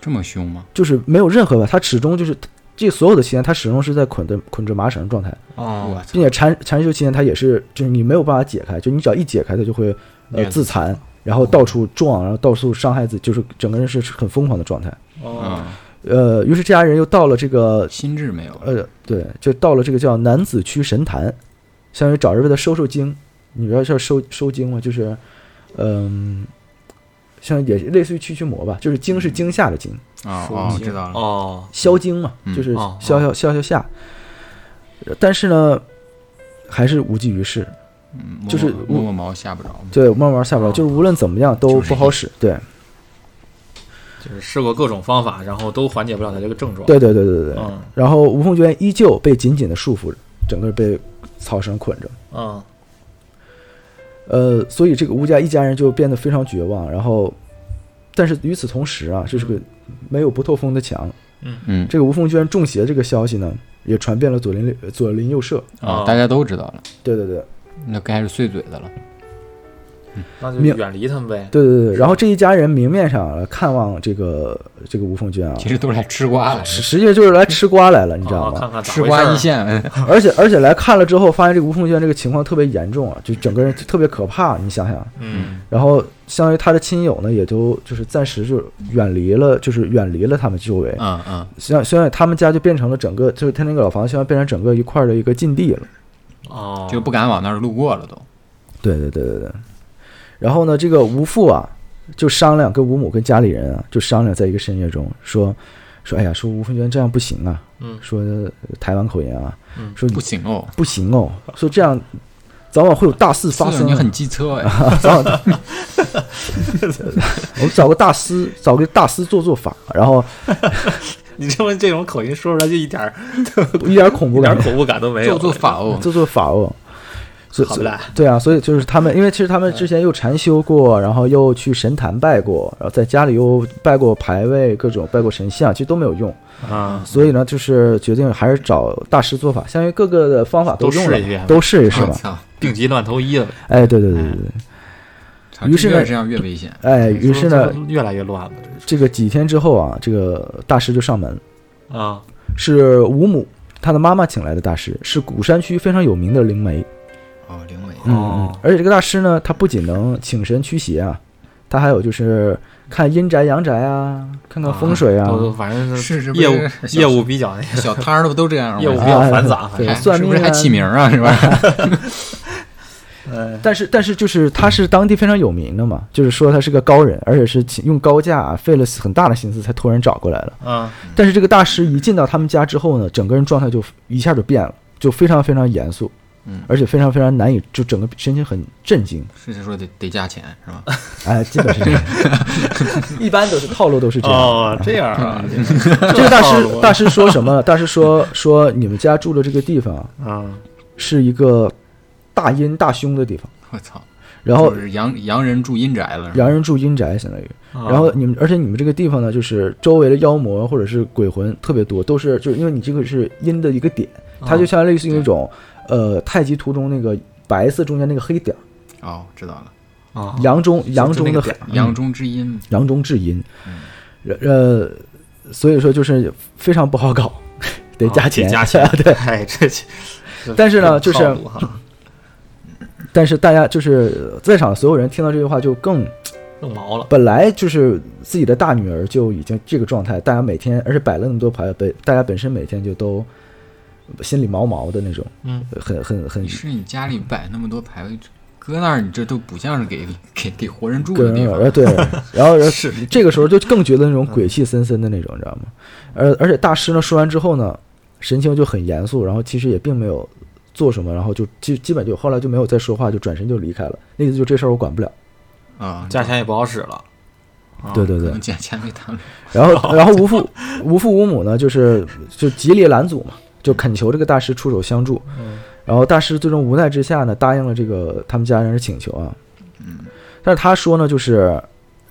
Speaker 2: 这么凶吗？
Speaker 1: 就是没有任何吧，他始终就是这所有的期间，他始终是在捆着捆着麻绳状态，
Speaker 3: 哦
Speaker 2: 我操
Speaker 1: 并！且禅禅修期间，他也是就是你没有办法解开，就你只要一解开，他就会呃
Speaker 3: 虐
Speaker 1: 自残，然后到处撞，然后到处伤害自己，就是整个人是很疯狂的状态。
Speaker 3: 哦
Speaker 2: 啊，
Speaker 1: 呃，于是这家人又到了这个
Speaker 2: 心智没有了。
Speaker 1: 呃，对，就到了这个叫南子区神坛，相当于找人为他收收经。你知道叫收收经吗？就是，嗯，像也类似于驱驱魔吧，就是经是
Speaker 2: 嗯
Speaker 1: 惊吓的惊，
Speaker 2: 啊
Speaker 3: 说
Speaker 2: 啊，
Speaker 3: 不
Speaker 2: 我
Speaker 3: 清
Speaker 2: 知道了。
Speaker 3: 哦
Speaker 1: 消惊嘛，
Speaker 2: 嗯
Speaker 1: 就是
Speaker 3: 哦
Speaker 1: 消消消消吓。但是呢，还是无济于事。
Speaker 2: 嗯摸
Speaker 1: 就是
Speaker 2: 摸摸毛吓不着嘛。
Speaker 1: 对，慢慢下不来，就是无论怎么样都
Speaker 2: 哦就是
Speaker 1: 不好使。对，
Speaker 3: 就是试过各种方法，然后都缓解不了他这个症状。
Speaker 1: 对，对，对，对，
Speaker 2: 哦
Speaker 1: 对。
Speaker 3: 嗯
Speaker 1: 然后吴凤娟依旧被紧紧的束缚着，整个被草绳捆着。
Speaker 3: 嗯
Speaker 1: 呃，所以这个吴家一家人就变得非常绝望。然后，但是与此同时啊，这是个没有不透风的墙。
Speaker 2: 嗯
Speaker 1: 这个吴凤娟中邪这个消息呢，也传遍了左邻左邻右舍。
Speaker 2: 啊
Speaker 3: 啊，
Speaker 2: 大家都知道了，
Speaker 1: 对对对，
Speaker 2: 那开始碎嘴的了。
Speaker 1: 哦
Speaker 3: 那就
Speaker 1: 明
Speaker 3: 远离他们呗。
Speaker 1: 对对对。然后这一家人明面上来看望这个这个吴凤娟啊，
Speaker 2: 其实哦都是来吃瓜来了，
Speaker 1: 实实际就是来吃瓜来了，你知道
Speaker 3: 啊，
Speaker 1: 吗？
Speaker 3: 看看咋
Speaker 2: 吃
Speaker 3: 回事
Speaker 2: 瓜
Speaker 1: (laughs)
Speaker 2: 一
Speaker 3: 儿
Speaker 2: 线。嗯
Speaker 1: 而且而且来看了之后，发现这个吴凤娟这个情况特别严重啊，就整个人特别可怕，你想想。
Speaker 3: 嗯
Speaker 1: 然后，相当于他的亲友呢，也都就是暂时就远离了，就是远离了他们周围。
Speaker 2: 嗯嗯，
Speaker 1: 相相当于他们家就变成了整个，就是他那个老房，相当于变成整个一块儿的一个禁地了。
Speaker 3: 哦，
Speaker 2: 就不敢往那儿路过了都。
Speaker 1: 对对对对对。然后呢，这个吴父啊，就商量跟吴母跟家里人啊，就商量在一个深夜中说说，哎呀，说吴凤娟这样不行啊，
Speaker 3: 嗯
Speaker 1: 说呃台湾口音啊，
Speaker 3: 嗯
Speaker 1: 说你
Speaker 2: 不行哦，
Speaker 1: 不行哦，说这样早晚会有大事发
Speaker 2: 四
Speaker 1: 生
Speaker 2: 你
Speaker 1: 啊、
Speaker 2: 很机
Speaker 1: (laughs)
Speaker 2: 车哎，
Speaker 1: 早晚我们找个大师，找个大师做做法，然后
Speaker 3: 你这么这种口音说出来就一点儿
Speaker 1: 一点恐
Speaker 3: 一
Speaker 1: 怖
Speaker 3: 点
Speaker 1: 感
Speaker 3: 儿恐怖感都没有，
Speaker 2: 做做法哦。
Speaker 1: 做做法哦。所以
Speaker 3: 好不啦
Speaker 1: 对啊，所以就是他们，因为其实他们之前又禅修过，然后又去神坛拜过，然后在家里又拜过牌位，各种拜过神像，其实都没有用。
Speaker 3: 啊，
Speaker 1: 所以呢，就是决定还是找大师做法，相当于各个的方法都
Speaker 3: 都
Speaker 1: 用
Speaker 3: 试
Speaker 1: 了
Speaker 3: 一遍，
Speaker 1: 都试一试
Speaker 2: 我
Speaker 1: 吧。
Speaker 2: 操！
Speaker 3: 病急乱投医了呗。
Speaker 1: 哎，对对对对对，
Speaker 3: 嗯
Speaker 2: 操
Speaker 1: 于是呢
Speaker 2: 越这样越危险。
Speaker 1: 哎，于是呢，
Speaker 3: 越来越乱了
Speaker 1: 这个几天之后啊，这个大师就上门了。
Speaker 3: 啊
Speaker 1: 是吴母她的妈妈请来的大师，是鼓山区非常有名的灵媒。
Speaker 2: 哦，灵媒，
Speaker 1: 嗯，
Speaker 3: 哦
Speaker 1: 嗯而且这个大师呢，他不仅能请神驱邪啊，他还有就是看阴宅阳宅啊，看看风水啊，
Speaker 3: 都都反正
Speaker 2: 是是不
Speaker 3: 业务
Speaker 2: 是小
Speaker 3: 业务比较那个
Speaker 2: 小摊儿的不都这样吗？
Speaker 3: 业务比
Speaker 1: 啊
Speaker 3: 较繁杂，
Speaker 1: (laughs)
Speaker 3: 反
Speaker 1: 对
Speaker 3: 正
Speaker 2: 还
Speaker 1: 算
Speaker 2: 是
Speaker 1: 命
Speaker 2: 不是还
Speaker 1: 啊
Speaker 2: 起名儿啊？是吧？
Speaker 3: 嗯
Speaker 1: 但是但是就是他是当地非常有名的嘛，就是说他是个高人，而且是请用高价、费了很大的心思才托人找过来了。
Speaker 3: 啊
Speaker 1: 但是这个大师一进到他们家之后呢，整个人状态就一下就变了，就非常非常严肃，
Speaker 2: 嗯
Speaker 1: 而且非常非常难以，就整个神情很震惊。
Speaker 2: (laughs) 是是说得得加钱是 (laughs) 吧？
Speaker 1: 哎，基本是
Speaker 3: (laughs)
Speaker 1: 这样，一般都是套路都是这样。嗯
Speaker 3: 哦这样啊
Speaker 1: (laughs) 这个大
Speaker 3: (laughs) 套
Speaker 1: 师
Speaker 3: 路
Speaker 1: 大师说什么？大师说说你们家住的这个地方
Speaker 3: 啊
Speaker 1: 是一个大阴大凶的地方，
Speaker 2: 我操！
Speaker 1: 然后
Speaker 2: 就是洋洋人住阴宅了，是吧
Speaker 1: 洋人住阴宅相当于，
Speaker 3: 啊
Speaker 1: 然后你们而且你们这个地方呢，就是周围的妖魔或者是鬼魂特别多，都是就是因为你这个是阴的一个点，它
Speaker 3: 啊
Speaker 1: 就像类似于那种呃太极图中那个。白色中间那个黑点儿，
Speaker 2: 哦，知道了，
Speaker 3: 啊
Speaker 1: 阳中阳中
Speaker 3: 那
Speaker 1: 的
Speaker 3: 个
Speaker 1: 黑
Speaker 3: 点，嗯
Speaker 1: 嗯
Speaker 2: 阳中之阴，
Speaker 1: 阳中至阴，呃，所以说就是非常不好搞，
Speaker 3: (laughs)
Speaker 1: 得加钱。
Speaker 3: 哦
Speaker 1: (laughs)
Speaker 3: 啊加钱
Speaker 1: 对，
Speaker 3: 哎这
Speaker 1: 但是呢
Speaker 3: 这
Speaker 1: 就是
Speaker 3: 套路哈
Speaker 1: 但是大家就是呃在场的所有人听到这句话就更，呃
Speaker 3: 弄毛了
Speaker 1: 本来就是自己的大女儿就已经这个状态，大家每天而且摆了那么多牌，本大家本身每天就都心里毛毛的那种，
Speaker 3: 嗯
Speaker 1: 呃很很很
Speaker 2: 你是你家里摆那么多牌位，搁那儿你这都不像是给给给活人住
Speaker 1: 个
Speaker 2: 的
Speaker 1: 人
Speaker 2: 地
Speaker 1: 有
Speaker 2: 方
Speaker 1: 呃，对，然后然后
Speaker 3: 是
Speaker 1: 这个时候就更觉得那种鬼气森森的那种，你知道吗？而而且大师呢说完之后呢，神情就很严肃，然后其实也并没有做什么，然后就基基本就后来就没有再说话，就转身就离开了，那意思就这事儿我管不了。
Speaker 2: 啊。
Speaker 3: 价钱也不好使了啊
Speaker 1: 对对对
Speaker 2: 可能，价钱没谈拢
Speaker 1: 然后，然后吴父吴父吴母呢，就是就极力拦阻嘛，就恳求这个大师出手相助。
Speaker 3: 嗯
Speaker 1: 然后大师最终无奈之下呢，答应了这个他们家人的请求啊。
Speaker 2: 嗯，
Speaker 1: 但是他说呢，就是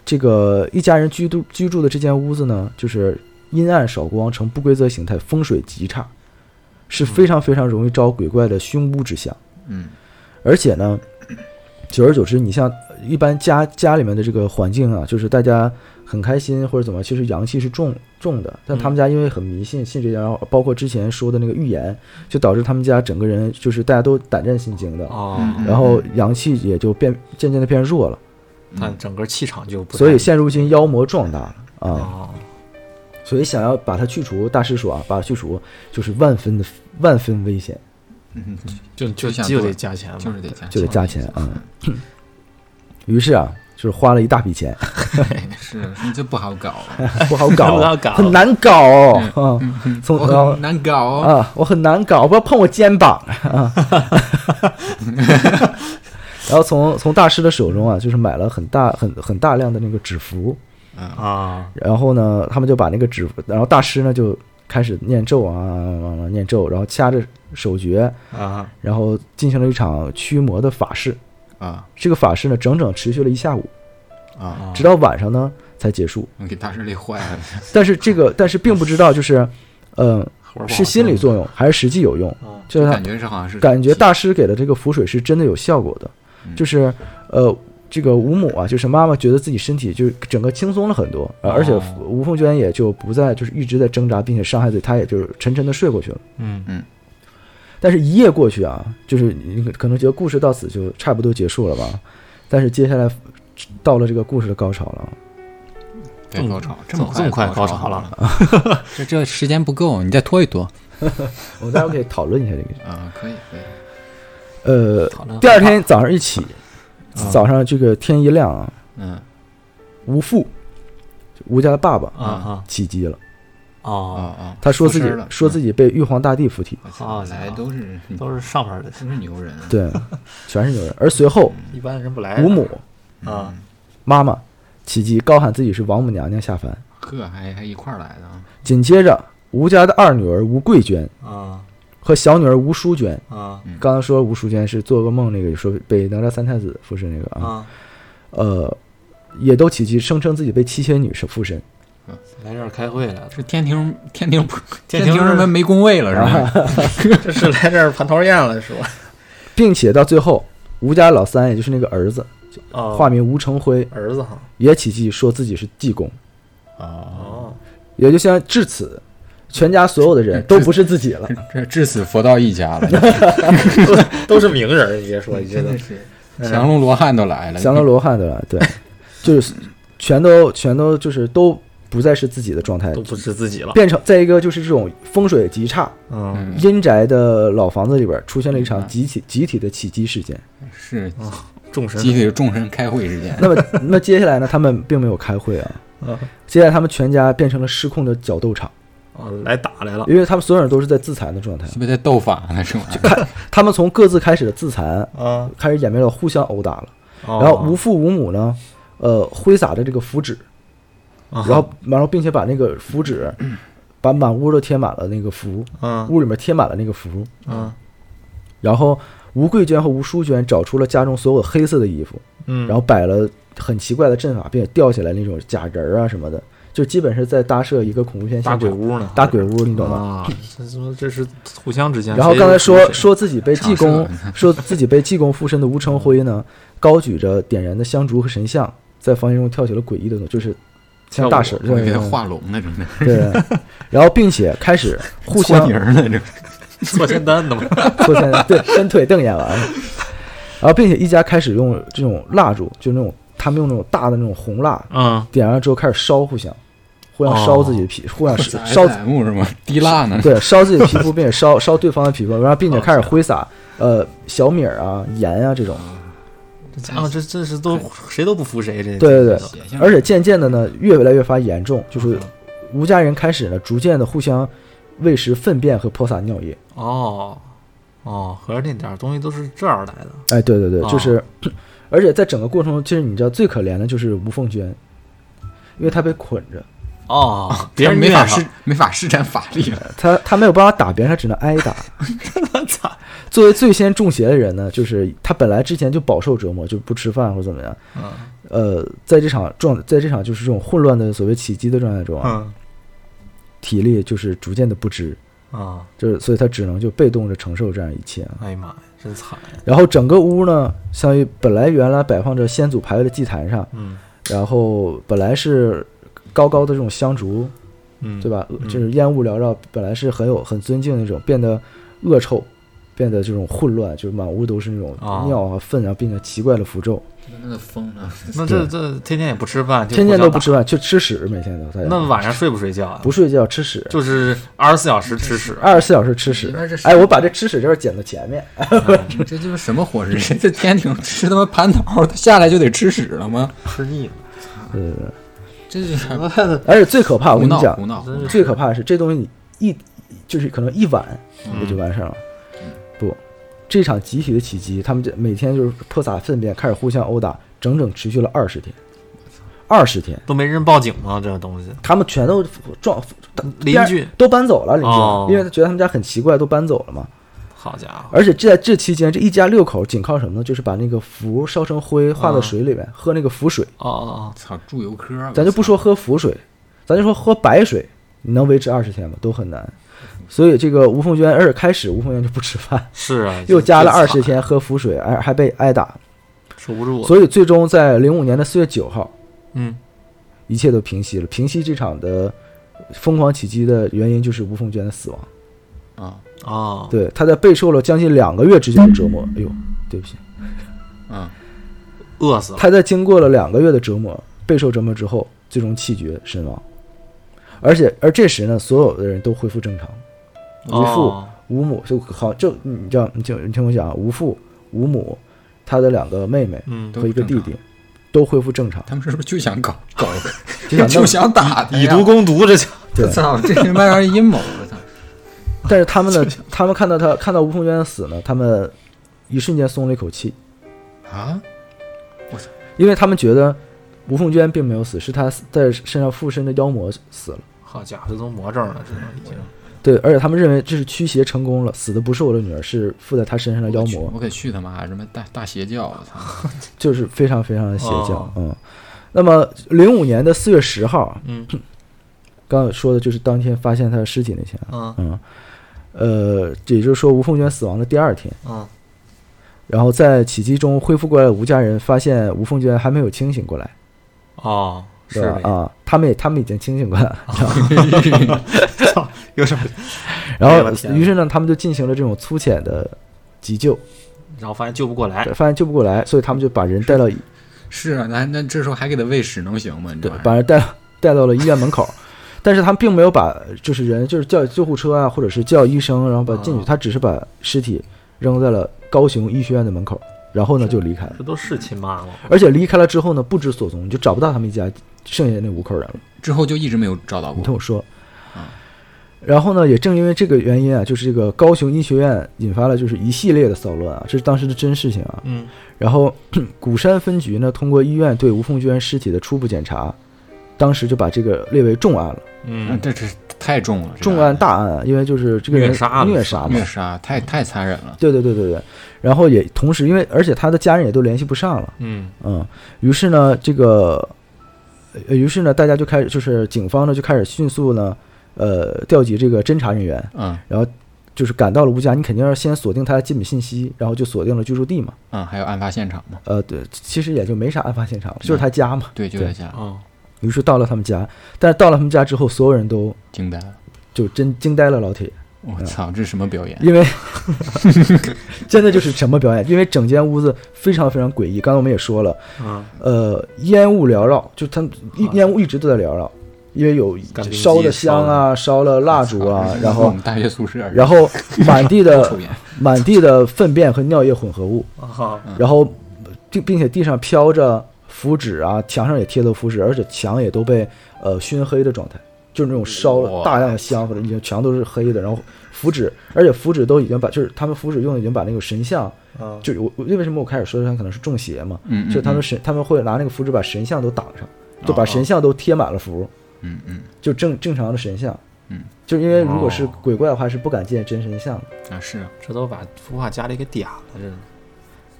Speaker 1: 这个一家人居住居住的这间屋子呢，就是阴暗少光，呈不规则形态，风水极差，是非常非常容易招鬼怪的凶巫之相。
Speaker 2: 嗯，
Speaker 1: 而且呢，久而久之，你像一般家家里面的这个环境啊，就是大家很开心或者怎么，其实阳气是重重的。
Speaker 3: 嗯
Speaker 1: 但他们家因为很迷信，信这些，然后包括之前说的那个预言，就导致他们家整个人就是大家都胆战心惊的，
Speaker 3: 哦
Speaker 2: 嗯
Speaker 1: 然后阳气也就变渐渐的变弱了，
Speaker 3: 他整个气场就不太
Speaker 1: 嗯所以现如今妖魔壮大了啊。
Speaker 3: 哦
Speaker 1: 所以想要把它去除，大师说啊，把它去除就是万分的万分危险，
Speaker 2: 嗯，
Speaker 3: 就就
Speaker 2: 就想
Speaker 3: 就
Speaker 2: 做
Speaker 3: 得加钱嘛
Speaker 2: 就是得加，
Speaker 3: 嗯
Speaker 1: 就得加钱啊。于是啊，就是花了一大笔钱，
Speaker 2: (laughs) 是你这不好搞，
Speaker 1: (laughs) 不好
Speaker 3: 不
Speaker 1: 搞，
Speaker 3: 好搞嗯
Speaker 1: 很难搞啊。从
Speaker 2: 我很难搞哦。
Speaker 1: 啊，我很难搞，不要碰我肩膀 (laughs) 啊。然后从从大师的手中啊，就是买了很大很很大量的那个纸符，
Speaker 3: 啊，
Speaker 1: 然后呢，他们就把那个纸符，然后大师呢就开始念咒啊，啊啊念咒，然后掐着手诀，
Speaker 3: 啊
Speaker 1: 然后进行了一场驱魔的法事。
Speaker 2: 啊
Speaker 1: 这个法事呢，整整持续了一下午，
Speaker 2: 啊！
Speaker 1: 直到晚上呢才结束。
Speaker 2: 我给大师累坏了，
Speaker 1: 但是这个，但是并不知道就是，嗯、
Speaker 3: 活儿不好
Speaker 1: 是心理作用还是实际有用，
Speaker 3: 弄啊，
Speaker 1: 就是他
Speaker 2: 感觉是好像是
Speaker 1: 感觉大师给的这个符水是真的有效果的，
Speaker 2: 嗯
Speaker 1: 就是呃，这个吴母啊，就是妈妈觉得自己身体就整个轻松了很多，呃
Speaker 3: 哦
Speaker 1: 而且吴凤娟也就不再就是一直在挣扎，并且伤害自己，她也就是沉沉的睡过去了。
Speaker 3: 嗯
Speaker 1: 但是，一夜过去啊，就是你可能觉得故事到此就差不多结束了吧，但是接下来到了这个故事的高潮了，
Speaker 2: 对高潮，
Speaker 3: 这
Speaker 2: 么
Speaker 3: 这么快
Speaker 2: 高
Speaker 3: 高潮了
Speaker 2: 了， (laughs) 这这时间不够，你再拖一拖
Speaker 1: 我们待会儿可以讨论一下这个。
Speaker 2: 啊，可以可以， (laughs)
Speaker 1: 呃，
Speaker 3: 讨论
Speaker 1: 第二天早上一起，
Speaker 3: 啊
Speaker 1: 早上这个天一亮啊，
Speaker 2: 嗯
Speaker 1: 吴父，就吴家的爸爸
Speaker 3: 啊啊
Speaker 1: 起机了。
Speaker 2: 哦
Speaker 1: 嗯
Speaker 3: 哦，
Speaker 2: 哦，
Speaker 1: 他说自己
Speaker 2: 出声了
Speaker 1: 说自己被玉皇大帝附
Speaker 2: (laughs)
Speaker 1: 体，
Speaker 2: 嗯我操来都是
Speaker 3: 都是上边儿的，
Speaker 2: 都是牛人啊，
Speaker 1: 对，全是牛人。而随后，
Speaker 3: 一般人不来
Speaker 1: 吴母
Speaker 3: 啊
Speaker 1: 妈妈起鸡高喊自己是王母娘娘下凡，
Speaker 2: 呵，还还一块儿来的啊，
Speaker 1: 紧接着吴家的二女儿吴桂娟
Speaker 3: 啊
Speaker 1: 和小女儿吴淑娟，
Speaker 3: 啊
Speaker 2: 嗯
Speaker 1: 刚刚说吴淑娟是做噩梦那个，说被哪吒三太子附身那个啊，
Speaker 3: 啊，
Speaker 1: 呃，也都起鸡声称自己被七仙女是附身，
Speaker 3: 来这儿开会来了，
Speaker 1: 嗯
Speaker 2: 是天庭天庭
Speaker 3: 天
Speaker 2: 天
Speaker 3: 庭
Speaker 2: 庭
Speaker 3: 人
Speaker 2: 人们没工位了是吧？
Speaker 4: 这是来这儿蟠桃宴了
Speaker 1: (laughs)
Speaker 4: 是吧？
Speaker 1: 并且到最后，吴家老三也就是那个儿子，
Speaker 3: 啊
Speaker 1: 化名吴成辉，
Speaker 4: 儿子哈，
Speaker 1: 也起鸡说自己是济公。
Speaker 2: 哦，
Speaker 3: 哦，
Speaker 1: 也就像至此，全家所有的人都不是自
Speaker 4: (laughs)
Speaker 1: 己了。
Speaker 2: 啊这至此佛道一家了，
Speaker 1: (laughs)
Speaker 3: 哦
Speaker 4: 都是名人儿，你别说，
Speaker 1: 嗯
Speaker 4: 你这
Speaker 2: 真
Speaker 4: 都
Speaker 2: 的是降龙罗汉都来了，
Speaker 1: 降龙罗汉的了，对，就是全都全都就是都不再是自己的状态
Speaker 4: 都，不是自己了。
Speaker 1: 变成在一个就是这种风水极差、
Speaker 4: 嗯，
Speaker 2: 嗯
Speaker 1: 阴宅的老房子里边，出现了一场集体集体的起鸡事件。
Speaker 2: 是
Speaker 1: 嗯
Speaker 4: 众神
Speaker 2: 集体众神开会之间，
Speaker 1: 那么那么接下来呢，他们并没有开会啊
Speaker 4: 嗯。
Speaker 1: 接下来，他们全家变成了失控的角斗场，
Speaker 3: 哦
Speaker 4: 啊来打来了，
Speaker 1: 因为他们所有人都是在自残的状态。
Speaker 2: 是不是在斗法呢？这玩意儿
Speaker 1: 他们从各自开始的自残，
Speaker 4: 啊，
Speaker 1: 开始演变到互相殴打了。
Speaker 4: 然
Speaker 1: 然后无父无母呢，呃，挥洒着这个符纸，
Speaker 4: 啊
Speaker 1: 然后然后并且把那个符纸，把满屋都贴满了那个符，
Speaker 4: 啊
Speaker 1: 屋里面贴满了那个符。
Speaker 4: 啊
Speaker 1: 然后吴桂娟和吴淑娟找出了家中所有黑色的衣服，
Speaker 4: 嗯，
Speaker 1: 然后摆了很奇怪的阵法，并且吊起来那种假人儿啊什么的，就基本是在搭设一个恐怖片现
Speaker 3: 打
Speaker 1: 场
Speaker 3: 鬼屋呢，
Speaker 1: 搭鬼屋，你懂吗？
Speaker 3: 啊，这说这是互相之间。
Speaker 1: 然后刚才说
Speaker 3: 谁也不是谁
Speaker 1: 说自己被济公说自己被济公附身的吴成辉呢，高举着点燃的香烛和神像，在房间中跳起了诡异的动作，就是像大婶
Speaker 2: 我以为他
Speaker 1: 对
Speaker 2: 画龙呢，正在 (laughs)
Speaker 1: 对，然后并且开始互相
Speaker 2: 搓泥儿呢，
Speaker 3: (laughs)
Speaker 2: 这
Speaker 3: 做仙丹的嘛，
Speaker 1: (laughs) 搓拳，对， (laughs) 伸腿瞪眼完了，然后并且一家开始用这种蜡烛，就那种他们用那种大的那种红蜡
Speaker 3: 嗯，
Speaker 1: 点燃了之后开始烧互相，互相烧自己的
Speaker 2: 哦
Speaker 1: 皮，互相
Speaker 2: (laughs) 是
Speaker 1: 烧
Speaker 2: 宰木是吗？滴蜡呢？
Speaker 1: 对，烧自己的皮肤，并且烧 (laughs) 烧对方的皮肤，然后并且开始挥洒呃小米儿啊、盐啊这种，
Speaker 2: 哦
Speaker 3: 这家啊伙这这是都谁都不服谁，这
Speaker 1: 对对对
Speaker 2: 写下来
Speaker 1: 而且渐渐的呢，越来越发严重，就是吴家人开始呢，逐渐的互相喂食粪便和泼洒尿液。
Speaker 3: 哦哦，合着那点儿东西都是这样来的
Speaker 1: 哎，对对对，
Speaker 3: 哦
Speaker 1: 就是，而且在整个过程中，其实你知道最可怜的就是吴凤娟，因为她被捆着，
Speaker 3: 哦， (laughs) 别人
Speaker 2: 没法
Speaker 3: 是
Speaker 2: 施没法施展法力了，
Speaker 1: 她她没有办法打别人，她只能挨打。 (laughs)
Speaker 3: (laughs) 操
Speaker 1: 作为最先中邪的人呢，就是她本来之前就饱受折磨，就不吃饭或者怎么样。
Speaker 3: 嗯
Speaker 1: 呃，在这场状，在这场就是这种混乱的所谓起机的状态中啊，
Speaker 4: 嗯
Speaker 1: 体力就是逐渐的不支，
Speaker 3: 啊，
Speaker 1: 就是所以她只能就被动着承受这样一切啊。
Speaker 3: 哎呀妈呀，真惨呀，
Speaker 1: 然后整个屋呢，相当于本来原来摆放着先祖牌位的祭坛上，
Speaker 3: 嗯
Speaker 1: 然后本来是高高的这种香烛，
Speaker 3: 嗯，
Speaker 1: 对吧？
Speaker 3: 嗯
Speaker 1: 就是烟雾缭绕，本来是很有很尊敬那种，变得恶臭，变得这种混乱，就是满屋都是那种
Speaker 3: 啊
Speaker 1: 尿啊、粪啊，并且奇怪的符咒，
Speaker 2: 真的疯了，
Speaker 3: 那这这天天也不吃饭，就
Speaker 1: 天天
Speaker 3: 互
Speaker 1: 都
Speaker 3: 相
Speaker 1: 不吃饭，就吃屎，每天都。大家
Speaker 3: 打。那晚上睡不睡觉啊？
Speaker 1: 不睡觉吃屎，
Speaker 3: 就是二十四小时吃屎，
Speaker 1: 二十四小时吃屎
Speaker 2: 你们这。是
Speaker 1: 哎，我把这吃屎这事儿剪到前面，
Speaker 2: (laughs) 这他妈什么伙食？ (laughs) 人这天庭吃他妈蟠桃，他下来就得吃屎了吗？
Speaker 4: 吃腻了。
Speaker 1: 呃，
Speaker 2: 这就是 (laughs)
Speaker 1: 而且最可怕，我
Speaker 2: 胡
Speaker 1: 跟你
Speaker 2: 闹
Speaker 1: 讲
Speaker 2: 胡，闹，
Speaker 1: 最可怕的是这东西你一就是可能一晚
Speaker 3: 嗯
Speaker 1: 也就完事儿了。不，这场集体的起击，他们这每天就是泼洒粪便，开始互相殴打，整整持续了二十天。二十天，
Speaker 3: 都没人报警吗？这个东西，
Speaker 1: 他们全都撞
Speaker 3: 邻居，
Speaker 1: 都搬走了，邻居，
Speaker 3: 哦
Speaker 1: 因为他觉得他们家很奇怪，都搬走了嘛。
Speaker 3: 好家伙，
Speaker 1: 而且这在这期间，这一家六口仅靠什么呢？就是把那个符烧成灰，化到水里面，喝那个符水。
Speaker 3: 哦哦
Speaker 2: 操，猪油科，
Speaker 1: 咱就不说喝符水，咱就说喝白水，你能维持二十天吗？都很难。所以这个吴凤娟，而且开始吴凤娟就不吃饭
Speaker 3: (laughs) 哦，，是
Speaker 1: (laughs)
Speaker 3: 啊，
Speaker 1: 又加了
Speaker 3: 这
Speaker 1: 二十，天喝符水，还还被挨打。
Speaker 3: 守不住，
Speaker 1: 所以最终在零五年的四月九号，
Speaker 3: 嗯，
Speaker 1: 一切都平息了。平息这场的疯狂起击的原因就是吴凤娟的死亡。
Speaker 2: 啊
Speaker 3: 哦，嗯
Speaker 1: 对，她在备受了将近两个月之间的折磨。哎呦，对不起，
Speaker 2: 啊，
Speaker 3: 饿死了，
Speaker 1: 她在经过了两个月的折磨，备受折磨之后，最终气绝身亡。而且，而这时呢，所有的人都恢复正常，无父、
Speaker 3: 哦
Speaker 1: 吴母就好，就你知道，你就你听我讲啊，吴父、吴母，他的两个妹妹
Speaker 3: 嗯，
Speaker 1: 和一个弟弟，都恢复正常，
Speaker 2: 他们是不是就想搞搞一个，
Speaker 1: 就
Speaker 3: (laughs)
Speaker 1: 想
Speaker 2: (laughs) 就
Speaker 1: 弄。
Speaker 2: 想打他呀
Speaker 4: 以毒攻毒，这叫
Speaker 1: 对
Speaker 2: 我操，这他妈玩意儿阴谋！我操，
Speaker 3: (laughs)
Speaker 1: 但是他们呢，他们看到他看到吴凤娟的死呢，他们一瞬间松了一口气，
Speaker 2: (laughs) 啊，
Speaker 1: 因为他们觉得吴凤娟并没有死，是她在身上附身的妖魔死了。
Speaker 3: 好家伙，这都魔怔了，这都已经，
Speaker 1: 对，而且他们认为这是驱邪成功了，死的不是我的女儿，是附在她身上的妖魔。
Speaker 2: 我可去他妈什么大大邪教！我操，
Speaker 1: 就是非常非常的邪教。
Speaker 3: 哦
Speaker 1: 嗯，那么零五年的四月十号，
Speaker 3: 嗯，
Speaker 1: 刚才说的就是当天发现他的尸体那天啊，
Speaker 3: 嗯
Speaker 1: 嗯，呃，也就是说吴凤娟死亡的第二天，
Speaker 3: 嗯，
Speaker 1: 然后在起击中恢复过来的吴家人发现吴凤娟还没有清醒过来，
Speaker 3: 哦，是
Speaker 1: 对吧？
Speaker 3: 呗，
Speaker 1: 啊，他们也他们已经清醒过来了，
Speaker 3: 有什么？
Speaker 1: 然
Speaker 4: 哎呦我
Speaker 1: 后
Speaker 4: 天哪
Speaker 1: 于是呢，他们就进行了这种粗浅的急救，
Speaker 3: 然后发现救不过来，
Speaker 1: 发现救不过来，所以他们就把人带到
Speaker 2: 是啊，那那这时候还给他喂屎能行吗？你这
Speaker 1: 对
Speaker 3: 哎
Speaker 2: 玩意，儿
Speaker 1: 把人带带到了医院门口，但是他们并没有把就是人就是叫救护车啊，或者是叫医生，然后把进去，
Speaker 3: 哦
Speaker 1: 他只是把尸体扔在了高雄医学院的门口，然后呢就离开了，
Speaker 3: 这都是亲妈吗？
Speaker 1: 而且离开了之后呢不知所踪，你就找不到他们一家剩下那五口人了。
Speaker 2: 之后就一直没有找到
Speaker 1: 你听
Speaker 2: 过。
Speaker 1: 我说
Speaker 2: 啊。
Speaker 1: 然后呢，也正因为这个原因啊，就是这个高雄医学院引发了就是一系列的骚乱啊，这是当时的真事情啊。
Speaker 3: 嗯，
Speaker 1: 然后 (clears throat) 鼓山分局呢，通过医院对吴凤娟尸体的初步检查，当时就把这个列为重案了。
Speaker 2: 那
Speaker 3: 嗯，
Speaker 2: 这这太重了，这
Speaker 1: 重案大案，啊，因为就是这个人
Speaker 3: 虐杀了
Speaker 1: 虐杀嘛
Speaker 2: 虐，杀太太残忍了。
Speaker 1: 对对对对对。然后也同时，因为而且他的家人也都联系不上了，
Speaker 3: 嗯，
Speaker 1: 嗯，于是呢，这个，呃于是呢，大家就开始就是警方呢就开始迅速呢，呃，调集这个侦查人员，
Speaker 2: 嗯
Speaker 1: 就是赶到了吴家，你肯定要先锁定他的基本信息，然后就锁定了居住地嘛，
Speaker 2: 嗯，还有案发现场嘛？
Speaker 1: 呃，对，其实也就没啥案发现场了，就是他家嘛。
Speaker 2: 对，就
Speaker 1: 对
Speaker 2: 在家
Speaker 3: 哦，
Speaker 1: 于是到了他们家，但是到了他们家之后，所有人都
Speaker 2: 惊呆了。
Speaker 1: 就真惊呆了，老铁。
Speaker 2: 我操，
Speaker 1: 嗯
Speaker 2: 这是什么表演？
Speaker 1: 因为 (laughs) 真的就是什么表演，因为整间屋子非常非常诡异。刚才我们也说了，
Speaker 3: 嗯，
Speaker 1: 呃，烟雾缭绕，就他们一烟雾一直都在缭绕，因为有
Speaker 3: 干冰机
Speaker 1: 烧的香啊，烧了蜡烛啊
Speaker 2: 操，
Speaker 1: 然
Speaker 2: 我
Speaker 1: 后
Speaker 2: 们大学宿舍，
Speaker 1: 然后呃满地
Speaker 2: 后
Speaker 1: 的
Speaker 2: (laughs) 抽烟，
Speaker 1: 满地的粪便和尿液混合物，
Speaker 3: 哦，
Speaker 2: 嗯
Speaker 1: 然后并并且地上飘着符纸啊，墙上也贴着符纸，而且墙也都被呃熏黑的状态，就是那种烧了
Speaker 2: 哇
Speaker 1: 大量的香或者已经墙都是黑的，然后符纸，而且符纸都已经把就是他们符纸用的已经把那个神像，
Speaker 3: 嗯
Speaker 1: 就是我我为什么我开始说他可能是中邪嘛，
Speaker 2: 嗯，嗯
Speaker 1: 就是他们神他们会拿那个符纸把神像都挡上，就把
Speaker 3: 哦
Speaker 1: 神像都贴满了符，
Speaker 2: 嗯嗯
Speaker 1: 就正正常的神像，
Speaker 2: 嗯，
Speaker 1: 就是因为如果是
Speaker 3: 哦
Speaker 1: 鬼怪的话是不敢见真神像的，
Speaker 2: 嗯啊是啊
Speaker 3: 这都把孵化家里给点了，这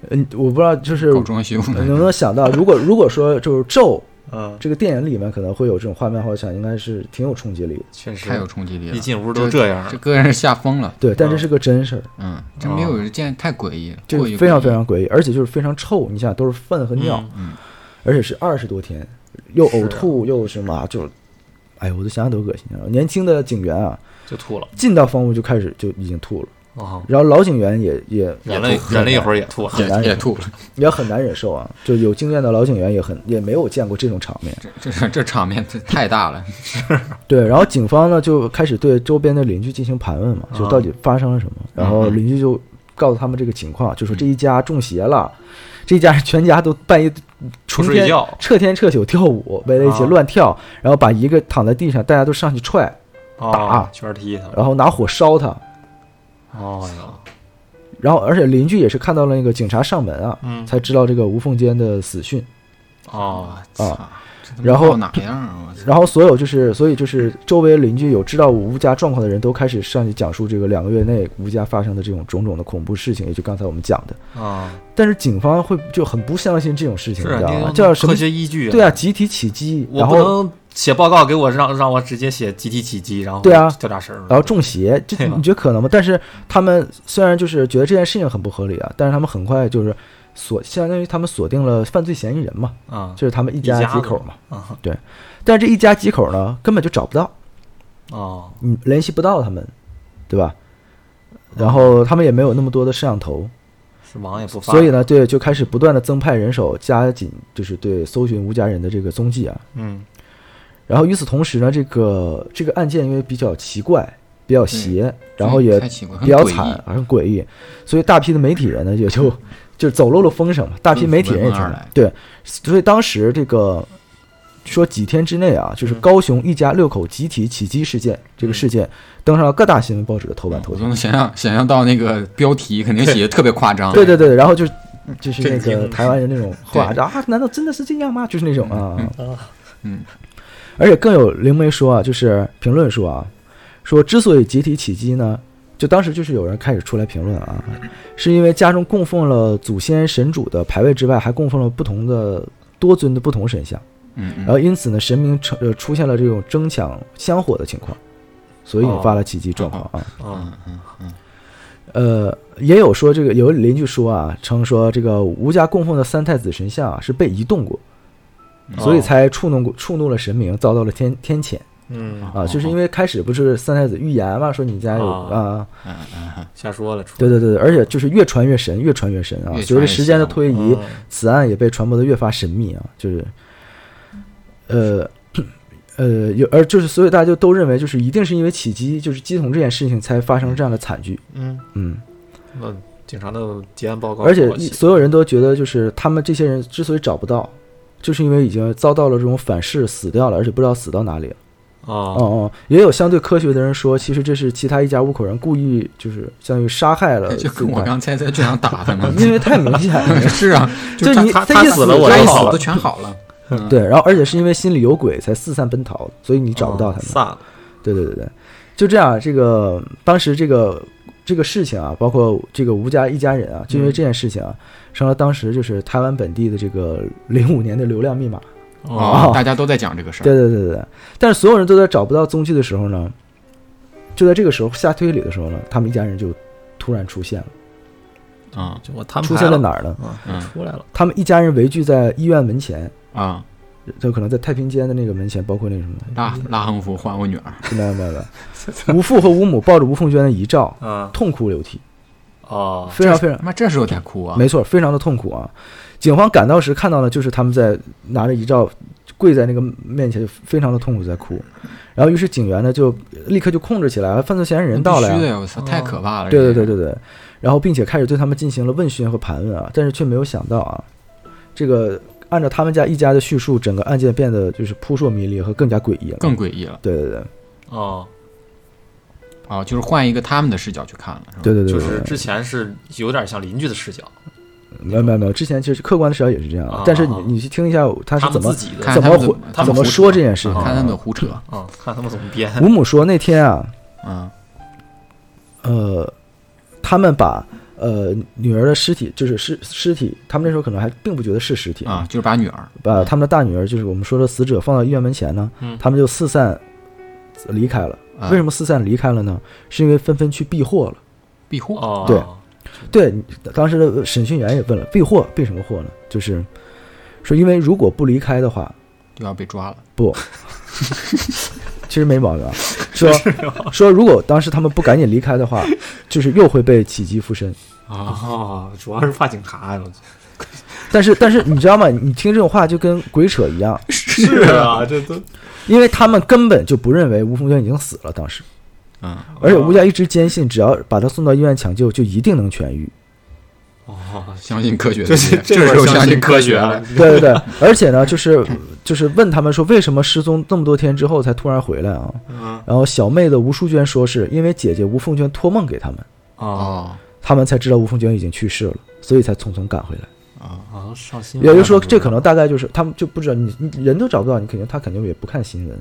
Speaker 1: 嗯，我不知道就是
Speaker 2: 搞装修
Speaker 1: 能
Speaker 2: 呢。
Speaker 1: 不能想到，如果如果说就是咒。
Speaker 3: 嗯，
Speaker 1: 这个电影里面可能会有这种画面幻想，应该是挺有冲击力的。
Speaker 3: 确
Speaker 2: (laughs)
Speaker 3: 实
Speaker 2: 太有冲击力了，
Speaker 3: 一进屋都这样
Speaker 2: 这个人吓疯了，
Speaker 1: 对，但这
Speaker 3: 啊
Speaker 1: 是个真事儿，
Speaker 2: 嗯，这没有见太诡异了，
Speaker 1: 就
Speaker 2: 过
Speaker 1: 哦
Speaker 2: 于
Speaker 1: 是非常
Speaker 2: 诡异
Speaker 1: 非常诡异，而且就是非常臭。你想，都是粪和尿，
Speaker 2: 嗯
Speaker 1: 而且是二十多天，又
Speaker 3: 啊
Speaker 1: 呕吐又什么，就是，哎呦，我都想想都恶心啊！年轻的警员啊，
Speaker 3: 就吐了，
Speaker 1: 进到房屋就开始就已经吐了，
Speaker 3: 哦，
Speaker 1: 然后老警员也也
Speaker 3: 忍了忍了一会儿也吐了，
Speaker 1: 很难
Speaker 2: 也也
Speaker 1: 忍
Speaker 2: 吐了。
Speaker 1: 也很难忍受啊，就有经验的老警员也很也没有见过这种场面。
Speaker 2: 这这这场面太大
Speaker 1: (laughs)
Speaker 2: 了，
Speaker 1: 对，然后警方呢就开始对周边的邻居进行盘问嘛，
Speaker 3: 啊
Speaker 1: 就到底发生了什么。然
Speaker 3: 嗯
Speaker 1: 后邻居就告诉他们这个情况，就说这一家中邪了，这一家全家都半夜
Speaker 3: 不
Speaker 1: 成
Speaker 3: 睡
Speaker 1: 天
Speaker 3: 觉
Speaker 1: 彻天彻宿跳舞，围在一起
Speaker 3: 啊
Speaker 1: 乱跳，然后把一个躺在地上，大家都上去踹，
Speaker 3: 哦，圈儿踢他们。
Speaker 1: 然后拿火烧他。
Speaker 3: 哦呀，
Speaker 1: 然后而且邻居也是看到了那个警察上门啊，
Speaker 3: 嗯
Speaker 1: 才知道这个吴凤坚的死讯。
Speaker 3: 哦，
Speaker 2: 操！这他妈
Speaker 1: 然后
Speaker 2: 到哪样啊？我操！
Speaker 1: 然后所有就是，所以就是周围邻居有知道吴家状况的人都开始上去讲述这个两个月内吴家发生的这种种种的恐怖事情，也就刚才我们讲的。
Speaker 3: 啊，
Speaker 1: 但是警方会就很不相信这种事情，
Speaker 3: 是
Speaker 1: 你知
Speaker 3: 啊，
Speaker 1: 道
Speaker 3: 你
Speaker 1: 吗？
Speaker 3: 有
Speaker 1: 叫什么
Speaker 3: 科？学依据。
Speaker 1: 对，啊，集体起鸡，
Speaker 3: 我
Speaker 1: 然
Speaker 3: 不
Speaker 1: 后
Speaker 3: 能写报告给我让让我直接写集体起鸡，然后
Speaker 1: 对啊
Speaker 3: 掉大神儿。
Speaker 1: 然后中邪，这
Speaker 3: (laughs) 对啊
Speaker 1: 你觉得可能吗？但是他们虽然就是觉得这件事情很不合理啊，但是他们很快就是锁，相当于他们锁定了犯罪嫌疑人嘛，
Speaker 3: 啊
Speaker 1: 就是他们一
Speaker 3: 一
Speaker 1: 家
Speaker 3: 家
Speaker 1: 几
Speaker 3: 子
Speaker 1: 口嘛。
Speaker 3: 啊
Speaker 1: 但是这一家几口呢，根本就找不到。
Speaker 3: 哦
Speaker 1: 你嗯联系不到他们，对吧？然后他们也没有那么多的摄像头，
Speaker 3: 是网也不发，
Speaker 1: 所以呢，对，就开始不断的增派人手，加紧就是对搜寻吴家人的这个踪迹啊。
Speaker 3: 嗯
Speaker 1: 然后与此同时呢，这个这个案件因为比较奇怪，比较邪， (laughs) 然后也
Speaker 2: 太奇怪，很
Speaker 1: 比较
Speaker 2: 诡异
Speaker 1: 惨，很诡异，所以大批的媒体人呢也就 (laughs) 就走漏了风声嘛，大
Speaker 2: 嗯
Speaker 1: 批媒体人也
Speaker 2: 闻风
Speaker 1: 传
Speaker 2: 而来
Speaker 1: 对，所以当时这个说几天之内啊，
Speaker 2: 嗯
Speaker 1: 就是高雄一家六口集体起鸡事件，这个事件登上了各大新闻报纸的头版头
Speaker 2: 我
Speaker 1: 条
Speaker 2: 都。能想象想象到那个标题肯定写的特别夸张，
Speaker 1: 对对对，然后就是就是那
Speaker 4: 震
Speaker 1: 个
Speaker 4: 惊
Speaker 1: 台湾人那种话啊，难道真的是这样吗？就是那种啊，
Speaker 2: 嗯，
Speaker 1: 而且更有灵媒说啊，就是评论说啊，说之所以集体起鸡呢，就当时就是有人开始出来评论啊，是因为家中供奉了祖先神主的牌位之外，还供奉了不同的多尊的不同神像，
Speaker 2: 嗯
Speaker 1: 然
Speaker 2: 嗯，
Speaker 1: 后因此呢，神明成呃出现了这种争抢香火的情况，所以引发了起鸡状况啊。
Speaker 3: 啊
Speaker 1: 呃，也有说这个有邻居说啊，称说这个吴家供奉的三太子神像啊是被移动过，
Speaker 3: 嗯哦
Speaker 1: 所以才触怒过触怒了神明，遭到了天天谴
Speaker 4: 嗯，
Speaker 1: 啊。就是因为开始不是三太子预言嘛，说你家有
Speaker 3: 哦
Speaker 1: 啊，
Speaker 3: 瞎说了，出
Speaker 1: 对对对对，而且就是越传越神，越传越神啊。
Speaker 2: 越传越
Speaker 1: 随着时间的推移
Speaker 4: 嗯，
Speaker 1: 此案也被传播的越发神秘啊，就是，呃。呃，有而就是，所以大家就都认为，就是一定是因为起鸡，就是鸡同这件事情才发生这样的惨剧。
Speaker 4: 嗯，
Speaker 1: 嗯，
Speaker 4: 那警察的结案报告，
Speaker 1: 而且一所有人都觉得，就是他们这些人之所以找不到，就是因为已经遭到了这种反噬，死掉了，而且不知道死到哪里了。
Speaker 3: 啊
Speaker 1: 哦哦，也有相对科学的人说，其实这是其他一家五口人故意就是相当于杀害了
Speaker 2: (laughs) 就
Speaker 1: 自
Speaker 2: 跟
Speaker 1: 己
Speaker 2: 我
Speaker 1: 的，嗯
Speaker 2: 刚才在就想打他
Speaker 1: 呃
Speaker 2: 们
Speaker 1: (laughs) ，因为太明显
Speaker 2: (laughs)
Speaker 1: 了。
Speaker 2: 是啊，
Speaker 1: 就你
Speaker 4: 他
Speaker 1: 一
Speaker 4: 他死了我就
Speaker 1: 就
Speaker 2: 该
Speaker 1: 好
Speaker 2: 死
Speaker 4: 了
Speaker 2: 的全好了，嗯
Speaker 1: 对，然后而且是因为心里有鬼才四散奔逃，所以你找不
Speaker 3: 啊
Speaker 1: 到他
Speaker 3: 哦
Speaker 1: 们。
Speaker 4: 散了，
Speaker 1: 对对对对，就这样，这个当时这个这个事情啊，包括这个吴家一家人啊，就因为这件事情啊，成了当时就是台湾本地的这个 (laughs) 零五年的流量密码。
Speaker 2: 哦
Speaker 1: 哦，
Speaker 2: 大家都在讲这个事儿，
Speaker 1: 对对对对对，但是所有人都在找不到踪迹的时候呢，就在这个时候下推理的时候呢，他们一家人就突然出现了。
Speaker 2: 啊
Speaker 3: 就我摊牌
Speaker 1: 出现在哪儿呢？
Speaker 2: 嗯
Speaker 4: 出来了，
Speaker 1: 他们一家人围聚在医院门前，
Speaker 2: 啊，
Speaker 1: 就可能在太平间的那个门前，包括那什么，
Speaker 2: 拉拉横幅换我女儿，
Speaker 1: 没有没有没有。吴父和吴母抱着吴凤娟的遗照，
Speaker 3: 啊
Speaker 1: 痛哭流涕，
Speaker 3: 哦
Speaker 1: 非常非常
Speaker 2: 他，妈这时候才哭啊，
Speaker 1: 没错，非常的痛苦啊。警方赶到时看到了，就是他们在拿着遗照跪在那个面前，就非常的痛苦在哭。然后于是警员呢就立刻就控制起来了，犯罪嫌疑人到了呀
Speaker 2: 必须的呀，我操，太可怕了，
Speaker 1: 对对对
Speaker 2: 对，
Speaker 1: 对对，然后并且开始对他们进行了问询和盘问啊，但是却没有想到啊，这个按照他们家一家的叙述，整个案件变得就是扑朔迷离和更加诡异了。
Speaker 2: 更诡异了，
Speaker 1: 对对对
Speaker 3: 哦，
Speaker 2: 啊，就是换一个他们的视角去看了，是吧
Speaker 1: 对对对，
Speaker 3: 就
Speaker 1: 对
Speaker 3: 是
Speaker 1: 对
Speaker 3: 之前是有点像邻居的视角，
Speaker 1: 没有没有没有，之前其实客观的视角也是这样的
Speaker 3: 啊，
Speaker 1: 但是你
Speaker 3: 啊啊
Speaker 1: 你去听一下他
Speaker 3: 他
Speaker 1: 是
Speaker 3: 们
Speaker 1: 怎
Speaker 3: 自
Speaker 1: 么
Speaker 3: 己的
Speaker 2: 看
Speaker 1: 怎
Speaker 2: 他
Speaker 1: 么
Speaker 2: 们
Speaker 1: 胡
Speaker 2: 他们
Speaker 1: 怎么
Speaker 2: 胡扯
Speaker 1: 说这件事情
Speaker 2: 看
Speaker 1: 啊。
Speaker 2: 他们的胡扯，
Speaker 3: 啊，看他们怎么编
Speaker 1: 吴母说那天啊，
Speaker 2: 嗯
Speaker 1: 呃，他们把呃女儿的尸体，就是尸尸体，他们那时候可能还并不觉得是尸体
Speaker 2: 啊，就是把女儿，
Speaker 1: 把他们的大女儿，就是我们说的死者，放到医院门前呢，
Speaker 3: 嗯
Speaker 1: 他们就四散呃离开了。
Speaker 2: 啊
Speaker 1: 为什么四散离开了呢？是因为纷纷去避祸了。
Speaker 2: 庇护，
Speaker 3: 哦，
Speaker 1: 对对，你当时的审讯员也问了，避祸避什么祸呢？就是说，因为如果不离开的话，
Speaker 2: 就要被抓了，
Speaker 1: 不，其实没毛
Speaker 2: (laughs)
Speaker 1: 病啊。说说如果当时他们不赶紧离开的话，就是又会被起鸡附身。
Speaker 3: 啊，主要是怕警察，啊我
Speaker 1: 但是但是你知道吗？你听这种话就跟鬼扯一样，
Speaker 3: 是啊，这
Speaker 1: (laughs)
Speaker 3: 都
Speaker 1: 因为他们根本就不认为吴凤娟已经死了。当时，
Speaker 2: 嗯，
Speaker 1: 而且吴家一直坚信，只要把她送到医院抢救，就一定能痊愈。
Speaker 3: 哦，
Speaker 2: 相信科学的
Speaker 3: 这
Speaker 2: 力量，
Speaker 3: 是
Speaker 2: 这时
Speaker 3: 会
Speaker 2: 候
Speaker 3: 儿
Speaker 2: 相
Speaker 3: 相
Speaker 2: 信
Speaker 3: 科
Speaker 2: 学
Speaker 3: 学
Speaker 2: 了
Speaker 3: 了。，
Speaker 1: 对对对，而且呢，就是就是问他们说，为什么失踪那么多天之后才突然回来啊？
Speaker 3: 嗯
Speaker 1: 然后小妹的吴淑娟说是因为姐姐吴凤娟托梦给他们，
Speaker 3: 啊
Speaker 2: 哦
Speaker 1: 他们才知道吴凤娟已经去世了，所以才匆匆赶回来。
Speaker 2: 哦，
Speaker 3: 啊，上新闻
Speaker 1: 也
Speaker 3: 了，
Speaker 1: 就是说，这可能大概就是他们就不知道你你人都找不到，你肯定他肯定也不看新闻。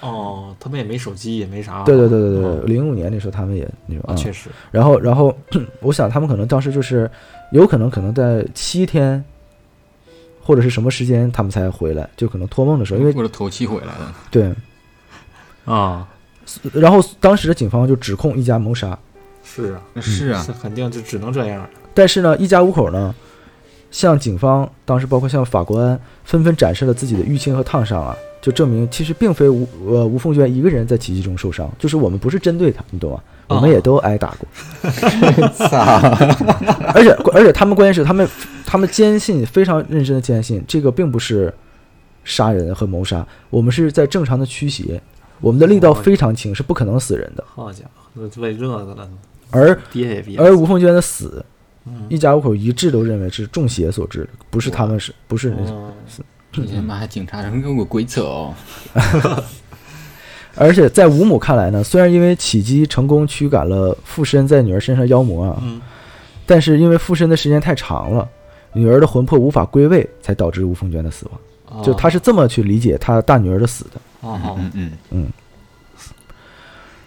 Speaker 3: 哦，他们也没手机，也没啥，
Speaker 1: 对对对对对
Speaker 3: 嗯，
Speaker 1: 零五年那时候他们也那种
Speaker 3: 啊，
Speaker 1: 啊，
Speaker 3: 确实，
Speaker 1: 然后然后 (clears throat) 我想他们可能当时就是有可能可能在七天或者是什么时间他们才回来，就可能托梦的时候，因为
Speaker 2: 为了头七回来的，
Speaker 1: 对，
Speaker 3: 啊，
Speaker 1: 然后当时的警方就指控一家谋杀，
Speaker 3: 是啊，
Speaker 2: 是
Speaker 1: 嗯
Speaker 2: 啊
Speaker 3: 是，肯定就只能这样了，
Speaker 1: 但是呢，一家五口呢，向警方当时包括向法官纷纷展示了自己的淤青和烫伤啊，就证明其实并非吴呃吴凤娟一个人在袭击中受伤，就是我们不是针对她，你懂吗？我们也都挨打过，
Speaker 2: 操，
Speaker 1: 而且而且他们关键是他们他们坚信非常认真的坚信这个并不是杀人和谋杀，我们是在正常的驱邪，我们的力道非常轻，是不可能死人的。
Speaker 3: 好家伙，那为这个了，
Speaker 1: 而
Speaker 3: 憋也憋，
Speaker 1: 而吴凤娟的死，
Speaker 3: 嗯
Speaker 1: 一家五口一致都认为是中邪所致，不是他们是不是人
Speaker 3: 哦
Speaker 2: 你他妈还警察人跟个鬼扯哦，
Speaker 1: 而且在吴母看来呢，虽然因为起机成功驱赶了附身在女儿身上妖魔啊，
Speaker 3: 嗯
Speaker 1: 但是因为附身的时间太长了，女儿的魂魄无法归位，才导致吴凤娟的死亡。
Speaker 3: 啊
Speaker 1: 就他是这么去理解他大女儿的死的。
Speaker 3: 哦
Speaker 2: 嗯嗯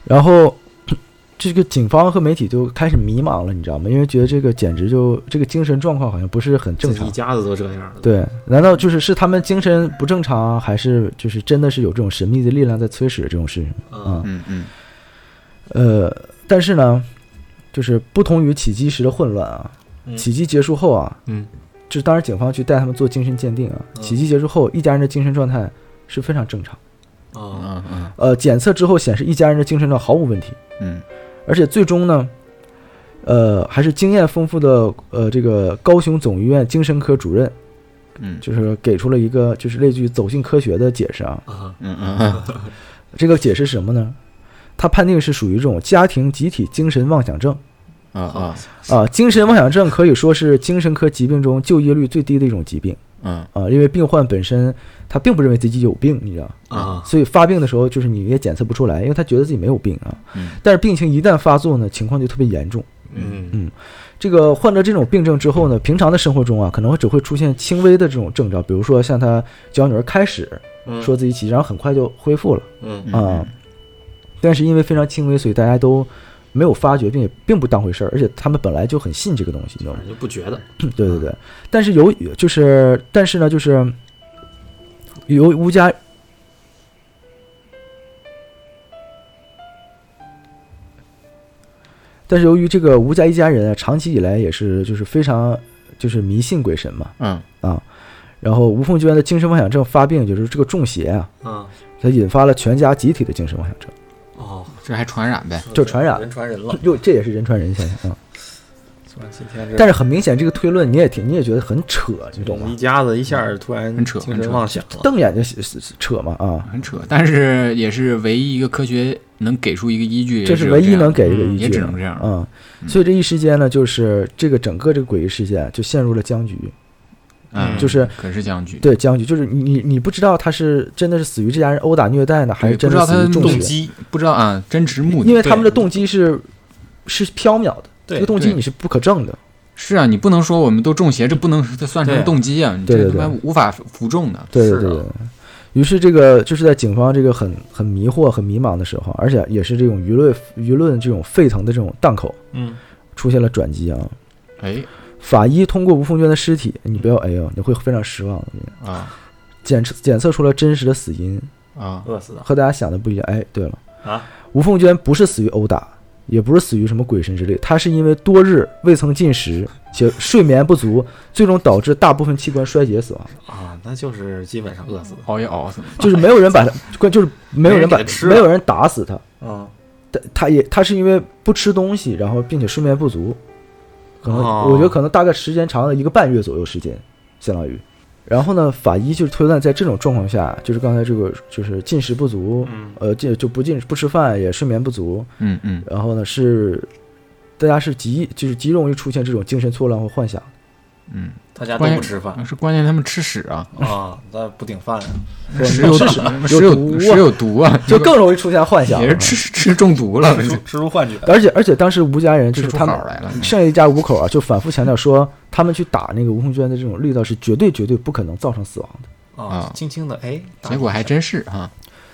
Speaker 1: 然后这个警方和媒体就开始迷茫了，你知道吗？因为觉得这个简直就这个精神状况好像不是很正
Speaker 3: 这
Speaker 1: 常
Speaker 3: 一。家子都这样了，
Speaker 1: 对，难道就是是他们精神不正常，还是就是真的是有这种神秘的力量在催使这种事情？
Speaker 3: 嗯
Speaker 2: 嗯嗯
Speaker 1: 呃，但是呢，就是不同于起机时的混乱啊，
Speaker 3: 嗯
Speaker 1: 起机结束后啊，
Speaker 3: 嗯，
Speaker 1: 就是当时警方去带他们做精神鉴定啊，
Speaker 3: 嗯
Speaker 1: 起机结束后，一家人的精神状态是非常正常。
Speaker 3: 啊，
Speaker 2: 嗯嗯
Speaker 1: 呃，检测之后显示一家人的精神状毫无问题，
Speaker 2: 嗯
Speaker 1: 而且最终呢，呃，还是经验丰富的呃这个高雄总医院精神科主任，
Speaker 2: 嗯
Speaker 1: 就是给出了一个就是类似于走进科学的解释啊，
Speaker 3: 啊，
Speaker 2: 嗯嗯，
Speaker 1: 这个解释是什么呢？他判定是属于这种家庭集体精神妄想症。
Speaker 2: 啊啊
Speaker 1: 啊，精神妄想症可以说是精神科疾病中就医率最低的一种疾病
Speaker 2: 嗯
Speaker 1: 啊，因为病患本身他并不认为自己有病，你知道，
Speaker 3: 啊，
Speaker 1: 所以发病的时候就是你也检测不出来，因为他觉得自己没有病啊。
Speaker 2: 嗯
Speaker 1: 但是病情一旦发作呢，情况就特别严重。
Speaker 3: 嗯
Speaker 1: 这个患者这种病症之后呢，平常的生活中啊，可能会只会出现轻微的这种症兆，比如说像他小女儿开始
Speaker 3: 嗯
Speaker 1: 说自己起，然后很快就恢复了
Speaker 3: 嗯
Speaker 1: 啊，但是因为非常轻微，所以大家都没有发觉，并也并不当回事儿，而且他们本来就很信这个东西，你知道吗？
Speaker 3: 你就不觉得
Speaker 1: 对对对，但是由于就是，但是呢，就是由于吴家但是由于这个吴家一家人啊，长期以来也是就是非常就是迷信鬼神嘛，啊
Speaker 2: 嗯
Speaker 1: 然后吴凤娟的精神妄想症发病，就是这个中邪啊，
Speaker 3: 啊？
Speaker 1: 它引发了全家集体的精神妄想症，
Speaker 3: 哦，
Speaker 2: 这还传染呗，
Speaker 1: 就传染
Speaker 3: 人传人了。
Speaker 1: 哟，这也是人传人现象啊。
Speaker 3: 今天这
Speaker 1: 但是很明显，这个推论你也挺你也觉得很扯，你懂吗
Speaker 4: 一？家子一下突然
Speaker 2: 很扯
Speaker 4: 精
Speaker 2: 很
Speaker 4: 神
Speaker 2: 扯
Speaker 4: 妄想了，
Speaker 1: 瞪眼睛扯嘛啊，
Speaker 2: 很扯，但是也是唯一一个科学能给出一个依据，
Speaker 1: 这是唯一能给一个
Speaker 2: 也只有
Speaker 1: 依据，
Speaker 2: 这样嗯也只能这样了。
Speaker 1: 嗯，所以这一时间呢，就是这个整个这个诡异事件就陷入了僵局，
Speaker 2: 嗯，
Speaker 1: 就是
Speaker 2: 可是僵局，
Speaker 1: 对僵局，就是你你你不知道他是真的是死于这家人殴打虐待呢，还是真
Speaker 2: 对不知
Speaker 1: 的
Speaker 2: 道
Speaker 1: 死
Speaker 2: 他
Speaker 1: 于中
Speaker 2: 动
Speaker 1: 邪？
Speaker 2: 机，不知道啊真实目的，
Speaker 1: 因为他们的动机是是缥缈的，
Speaker 3: 对
Speaker 1: 这个动机
Speaker 2: 对
Speaker 1: 你是不可证的。
Speaker 2: 是啊，你不能说我们都中邪，这不能这算成
Speaker 3: 对
Speaker 2: 动机啊，你
Speaker 1: 对
Speaker 2: 这
Speaker 1: 对
Speaker 2: 他妈
Speaker 1: 对
Speaker 2: 无法服众的。
Speaker 1: 对对
Speaker 3: 是啊
Speaker 1: 对
Speaker 3: 的
Speaker 1: 对。于是这个就是在警方这个很很迷惑、很迷茫的时候，而且也是这种舆论舆论这种沸腾的这种档口
Speaker 3: 嗯
Speaker 1: 出现了转机啊。
Speaker 2: 哎
Speaker 1: 法医通过吴凤娟的尸体，你不要哎呦，你会非常失望的。
Speaker 2: 啊
Speaker 1: 检测检测出了真实的死因，
Speaker 2: 啊
Speaker 3: 饿死的
Speaker 1: 和大家想的不一样。哎，对了
Speaker 3: 啊，
Speaker 1: 吴凤娟不是死于殴打，也不是死于什么鬼神之类，他是因为多日未曾进食且睡眠不足，最终导致大部分器官衰竭死亡。
Speaker 3: 啊，那就是基本上饿死的。
Speaker 2: 熬夜熬死了。
Speaker 1: 就是没有人把他，关就是没有人把
Speaker 3: (laughs) 没人给吃了
Speaker 1: 没有人打死他，
Speaker 3: 嗯，
Speaker 1: 他他也他是因为不吃东西，然后并且睡眠不足，可能、
Speaker 4: 哦
Speaker 1: 我觉得可能大概时间长了一个半月左右时间，相当于。然后呢，法医就是推断，在这种状况下，就是刚才这个就是进食不足，
Speaker 3: 嗯
Speaker 1: 呃，进就不进不吃饭，也睡眠不足，
Speaker 2: 嗯嗯，
Speaker 1: 然后呢是大家是极就是极容易出现这种精神错乱或幻想。
Speaker 3: 大家都
Speaker 2: 关键
Speaker 3: 不吃饭
Speaker 2: 嗯是关键他们吃屎啊，
Speaker 1: 嗯
Speaker 3: 啊，那不顶
Speaker 1: (laughs)
Speaker 3: 饭啊。
Speaker 2: 屎有
Speaker 1: 是
Speaker 2: 屎
Speaker 1: 有毒
Speaker 2: 有
Speaker 1: 啊
Speaker 2: 屎有毒啊，
Speaker 1: 就更容易出现幻想
Speaker 2: 也。是吃吃中毒
Speaker 1: (laughs)
Speaker 2: 了，
Speaker 3: 吃吃出幻觉。
Speaker 1: 而且而且当时吴家人就
Speaker 2: 吃
Speaker 1: 是
Speaker 2: 出
Speaker 1: 他们
Speaker 2: 好来
Speaker 3: 嗯
Speaker 2: 了。
Speaker 1: 剩下一家五口啊，就反复强调说，他们去打那个吴红娟的这种力道是绝对绝对不可能造成死亡的。
Speaker 2: 啊
Speaker 3: 啊，轻轻的，哎，打
Speaker 2: 结果还真是啊哈，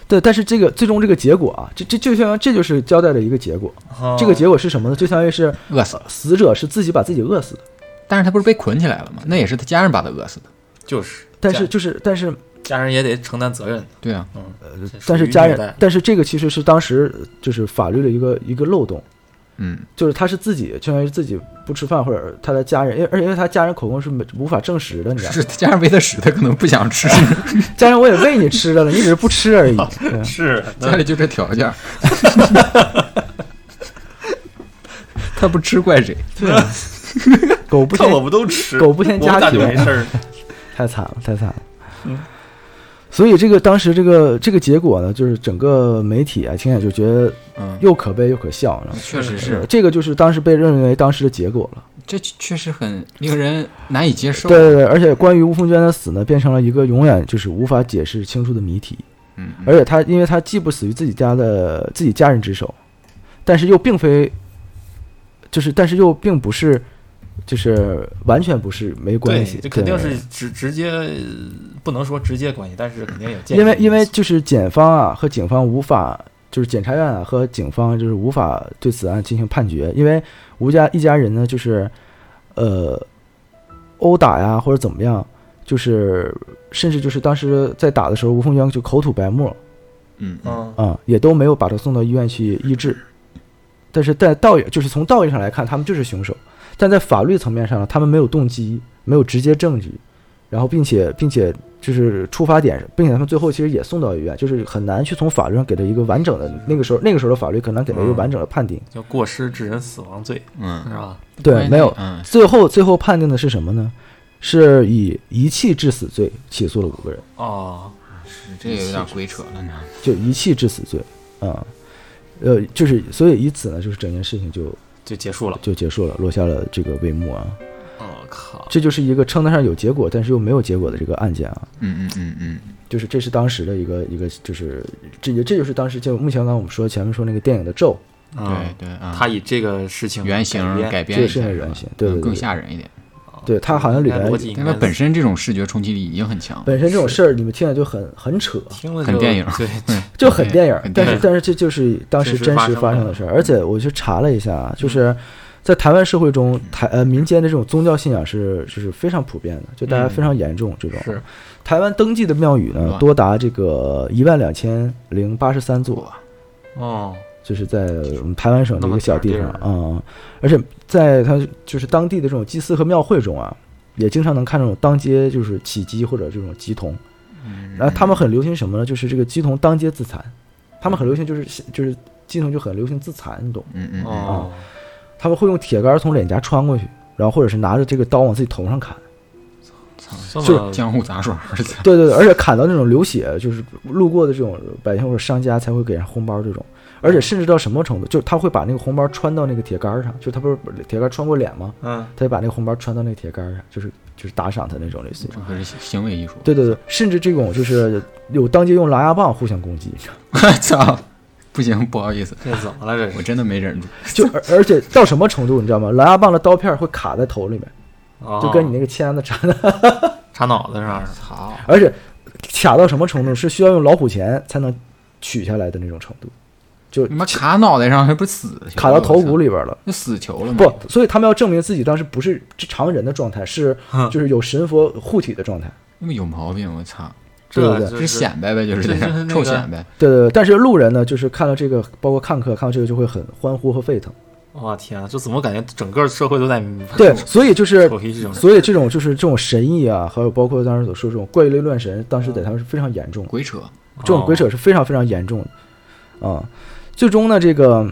Speaker 1: 对，但是这个最终这个结果啊，这这就相当于这就是交代的一个结果。
Speaker 3: 啊
Speaker 1: 这个结果是什么呢？就相当于是
Speaker 2: 饿死了。
Speaker 1: 死者是自己把自己饿死的。
Speaker 2: 但是他不是被捆起来了吗？那也是他家人把他饿死的。
Speaker 3: 就是，
Speaker 1: 但是就是但是
Speaker 3: 家家人也得承担责任。
Speaker 2: 对啊，
Speaker 1: 呃但
Speaker 3: 属
Speaker 1: 是
Speaker 3: 于
Speaker 1: 家
Speaker 3: 虐
Speaker 1: 人 (laughs)
Speaker 3: 待，
Speaker 1: 但是这个其实是当时就是法律的一个一个漏洞，
Speaker 2: 嗯，
Speaker 1: 就是他是自己相当于自己不吃饭，或者他的家人，因为而且因为他家人口供是没无法证实的，你知
Speaker 3: (laughs)
Speaker 1: 道吗？
Speaker 2: 是啊他家人喂他屎，他可能不想 (laughs) 吃，
Speaker 1: 家人我也喂你吃的了，你只是不吃
Speaker 3: (laughs)
Speaker 1: 而已。对啊
Speaker 3: 是，
Speaker 2: 家里就这条件儿。 (laughs) 他不吃怪谁？
Speaker 1: 对啊，狗 (laughs) 不
Speaker 3: 看
Speaker 1: 嫌
Speaker 3: 我们都吃，
Speaker 1: 狗不嫌
Speaker 3: 我
Speaker 1: 家
Speaker 3: 们咋
Speaker 1: 贫
Speaker 3: 就没
Speaker 1: (laughs)
Speaker 3: 事儿呢？
Speaker 1: 太惨了，太惨了。所以这个当时这个这个结果呢，就是整个媒体啊，亲眼就觉得
Speaker 2: 嗯，
Speaker 1: 又可悲又可笑，然后
Speaker 2: 确实是，
Speaker 1: 这个就是当时被认为当时的结果了。
Speaker 2: 这确实很令人难以接受。
Speaker 1: 对对对，而且关于吴凤娟的死呢，变成了一个永远就是无法解释清楚的谜题。
Speaker 2: 嗯，嗯
Speaker 1: 而且她因为她既不死于自己家的自己家人之手，但是又并非，就是但是又并不是，就是完全不是没关系，
Speaker 3: 对，这肯定
Speaker 1: 对
Speaker 3: 是直直接，呃不能说直接关系，但是肯定有间接
Speaker 1: 因为因为
Speaker 3: 因素
Speaker 1: 就是检方啊和警方无法，就是检察院啊和警方就是无法对此案进行判决，因为吴家一家人呢就是，呃，殴打呀或者怎么样，就是甚至就是当时在打的时候，吴凤娟就口吐白沫
Speaker 2: 嗯嗯
Speaker 3: 嗯，
Speaker 1: 啊、也都没有把她送到医院去医治。但是在道义就是从道义上来看，他们就是凶手，但在法律层面上呢，他们没有动机，没有直接证据，然后并且并且就是出发点，并且他们最后其实也送到医院，就是很难去从法律上给他一个完整的那个时候那个时候的法律很难给他一个完整的判定。
Speaker 3: 叫过失致人死亡罪，是
Speaker 2: 嗯，
Speaker 3: 吧？
Speaker 1: 对，没有。
Speaker 2: 嗯
Speaker 1: 最后最后判定的是什么呢？是以遗弃致死罪起诉了五个人，
Speaker 3: 哦，
Speaker 2: 这个有点鬼扯了呢。
Speaker 1: 就遗弃致死罪，啊、呃，就是所以以此呢，就是整件事情就
Speaker 3: 就结束了。
Speaker 1: 就结束了，落下了这个帷幕啊。
Speaker 2: 哦
Speaker 3: 我靠，
Speaker 1: 这就是一个称得上有结果，但是又没有结果的这个案件啊。
Speaker 2: 嗯嗯嗯嗯，
Speaker 1: 就是这是当时的一个一个，就是这也这就是当时就目前刚刚我们说前面说那个电影的咒
Speaker 2: 对对啊，
Speaker 3: 他以这个事情
Speaker 2: 原型
Speaker 1: 这
Speaker 2: 改
Speaker 3: 改编
Speaker 2: 编
Speaker 1: 个
Speaker 2: 一
Speaker 1: 事情
Speaker 2: 下
Speaker 1: 的
Speaker 2: 是吧
Speaker 1: 原型，对对
Speaker 2: 嗯更
Speaker 1: 对，
Speaker 2: 吓人一点。
Speaker 1: 对他好像里边
Speaker 3: 逻辑应
Speaker 2: 但
Speaker 3: 该
Speaker 2: 它本身这种视觉冲击力已经很强，
Speaker 1: 本身这种事儿你们听着就很很扯，
Speaker 3: 听了
Speaker 2: 很
Speaker 3: 就
Speaker 2: 电影 (laughs)
Speaker 3: 对，
Speaker 1: 就很电影
Speaker 2: 很，
Speaker 1: 但是
Speaker 3: 电影
Speaker 1: 但是这就是当时真实发生的事儿，而且我去查了一下啊，就是在台湾社会中，台呃民间的这种宗教信仰是就是非常普遍的，就大家非常严重这种。
Speaker 2: 是
Speaker 1: 台湾登记的庙宇呢
Speaker 2: 哇
Speaker 1: 多达这个一万两千零八十三座，
Speaker 3: 哦，
Speaker 1: 就是在我们台湾省的一个小地方啊
Speaker 3: 那、
Speaker 1: 嗯而且在它就是当地的这种祭祀和庙会中啊，也经常能看这种当街就是起鸡或者这种鸡童，然后他们很流行什么呢？就是这个鸡童当街自残，他们很流行就是就是鸡童就很流行自残，你懂？
Speaker 2: 嗯嗯嗯，
Speaker 3: 哦，
Speaker 1: 他们会用铁杆从脸颊穿过去，然后或者是拿着这个刀往自己头上砍，
Speaker 3: 这
Speaker 1: 就
Speaker 3: 么
Speaker 2: 江湖杂耍儿子，
Speaker 1: 对对对，而且砍到那种流血，就是路过的这种百姓或者商家才会给人红包这种，而且甚至到什么程度，就是他会把那个红包穿到那个铁杆儿上，就是他不是铁杆儿穿过脸吗？
Speaker 3: 嗯，
Speaker 1: 他就把那个红包穿到那个铁杆儿上，就是就是打赏他那种类似于。
Speaker 2: 这可是行为艺术。
Speaker 1: 对对对，甚至这种就是有当街用狼牙棒互相攻击，
Speaker 2: 我 (laughs) 操，不行，不好意思，
Speaker 3: 这怎么了？这
Speaker 2: 我
Speaker 3: 是
Speaker 2: 真的没忍住。
Speaker 1: (laughs) 就而而且到什么程度你知道吗？狼牙棒的刀片儿会卡在头里面，就跟你
Speaker 3: 哦
Speaker 1: 那个签子缠的，
Speaker 3: 插脑子上是吧，
Speaker 2: 操，
Speaker 1: 而且卡到什么程度是需要用老虎钳才能取下来的那种程度，就
Speaker 2: 你妈卡脑袋上还不是嗯死球了？
Speaker 1: 卡到头骨
Speaker 2: 里
Speaker 1: 里边了。
Speaker 2: 就死球了吗？
Speaker 1: 不，所以他们要证明自己当时不是常人的状态，是就是有神佛护体的状态。
Speaker 2: 你们有毛病！我操，
Speaker 1: 对对对
Speaker 3: 就
Speaker 2: 这
Speaker 3: 是
Speaker 2: 显摆呗，就是这
Speaker 3: 这就是
Speaker 2: 样，
Speaker 3: 那
Speaker 2: 臭
Speaker 3: 个
Speaker 2: 显摆。
Speaker 1: 对对对，但是路人呢，就是看到这个，包括看客看到这个就会很欢呼和沸腾。
Speaker 3: 哇天啊，这怎么感觉整个社会都在
Speaker 1: 对，所以就是
Speaker 3: 口黑这种？
Speaker 1: 所以这种就是这种神意啊，还有包括当时所说这种怪力乱神，当时在他们是非常严重的，
Speaker 2: 鬼扯，
Speaker 1: 这
Speaker 3: 哦
Speaker 1: 种鬼扯是非常非常严重的啊。最终呢，这个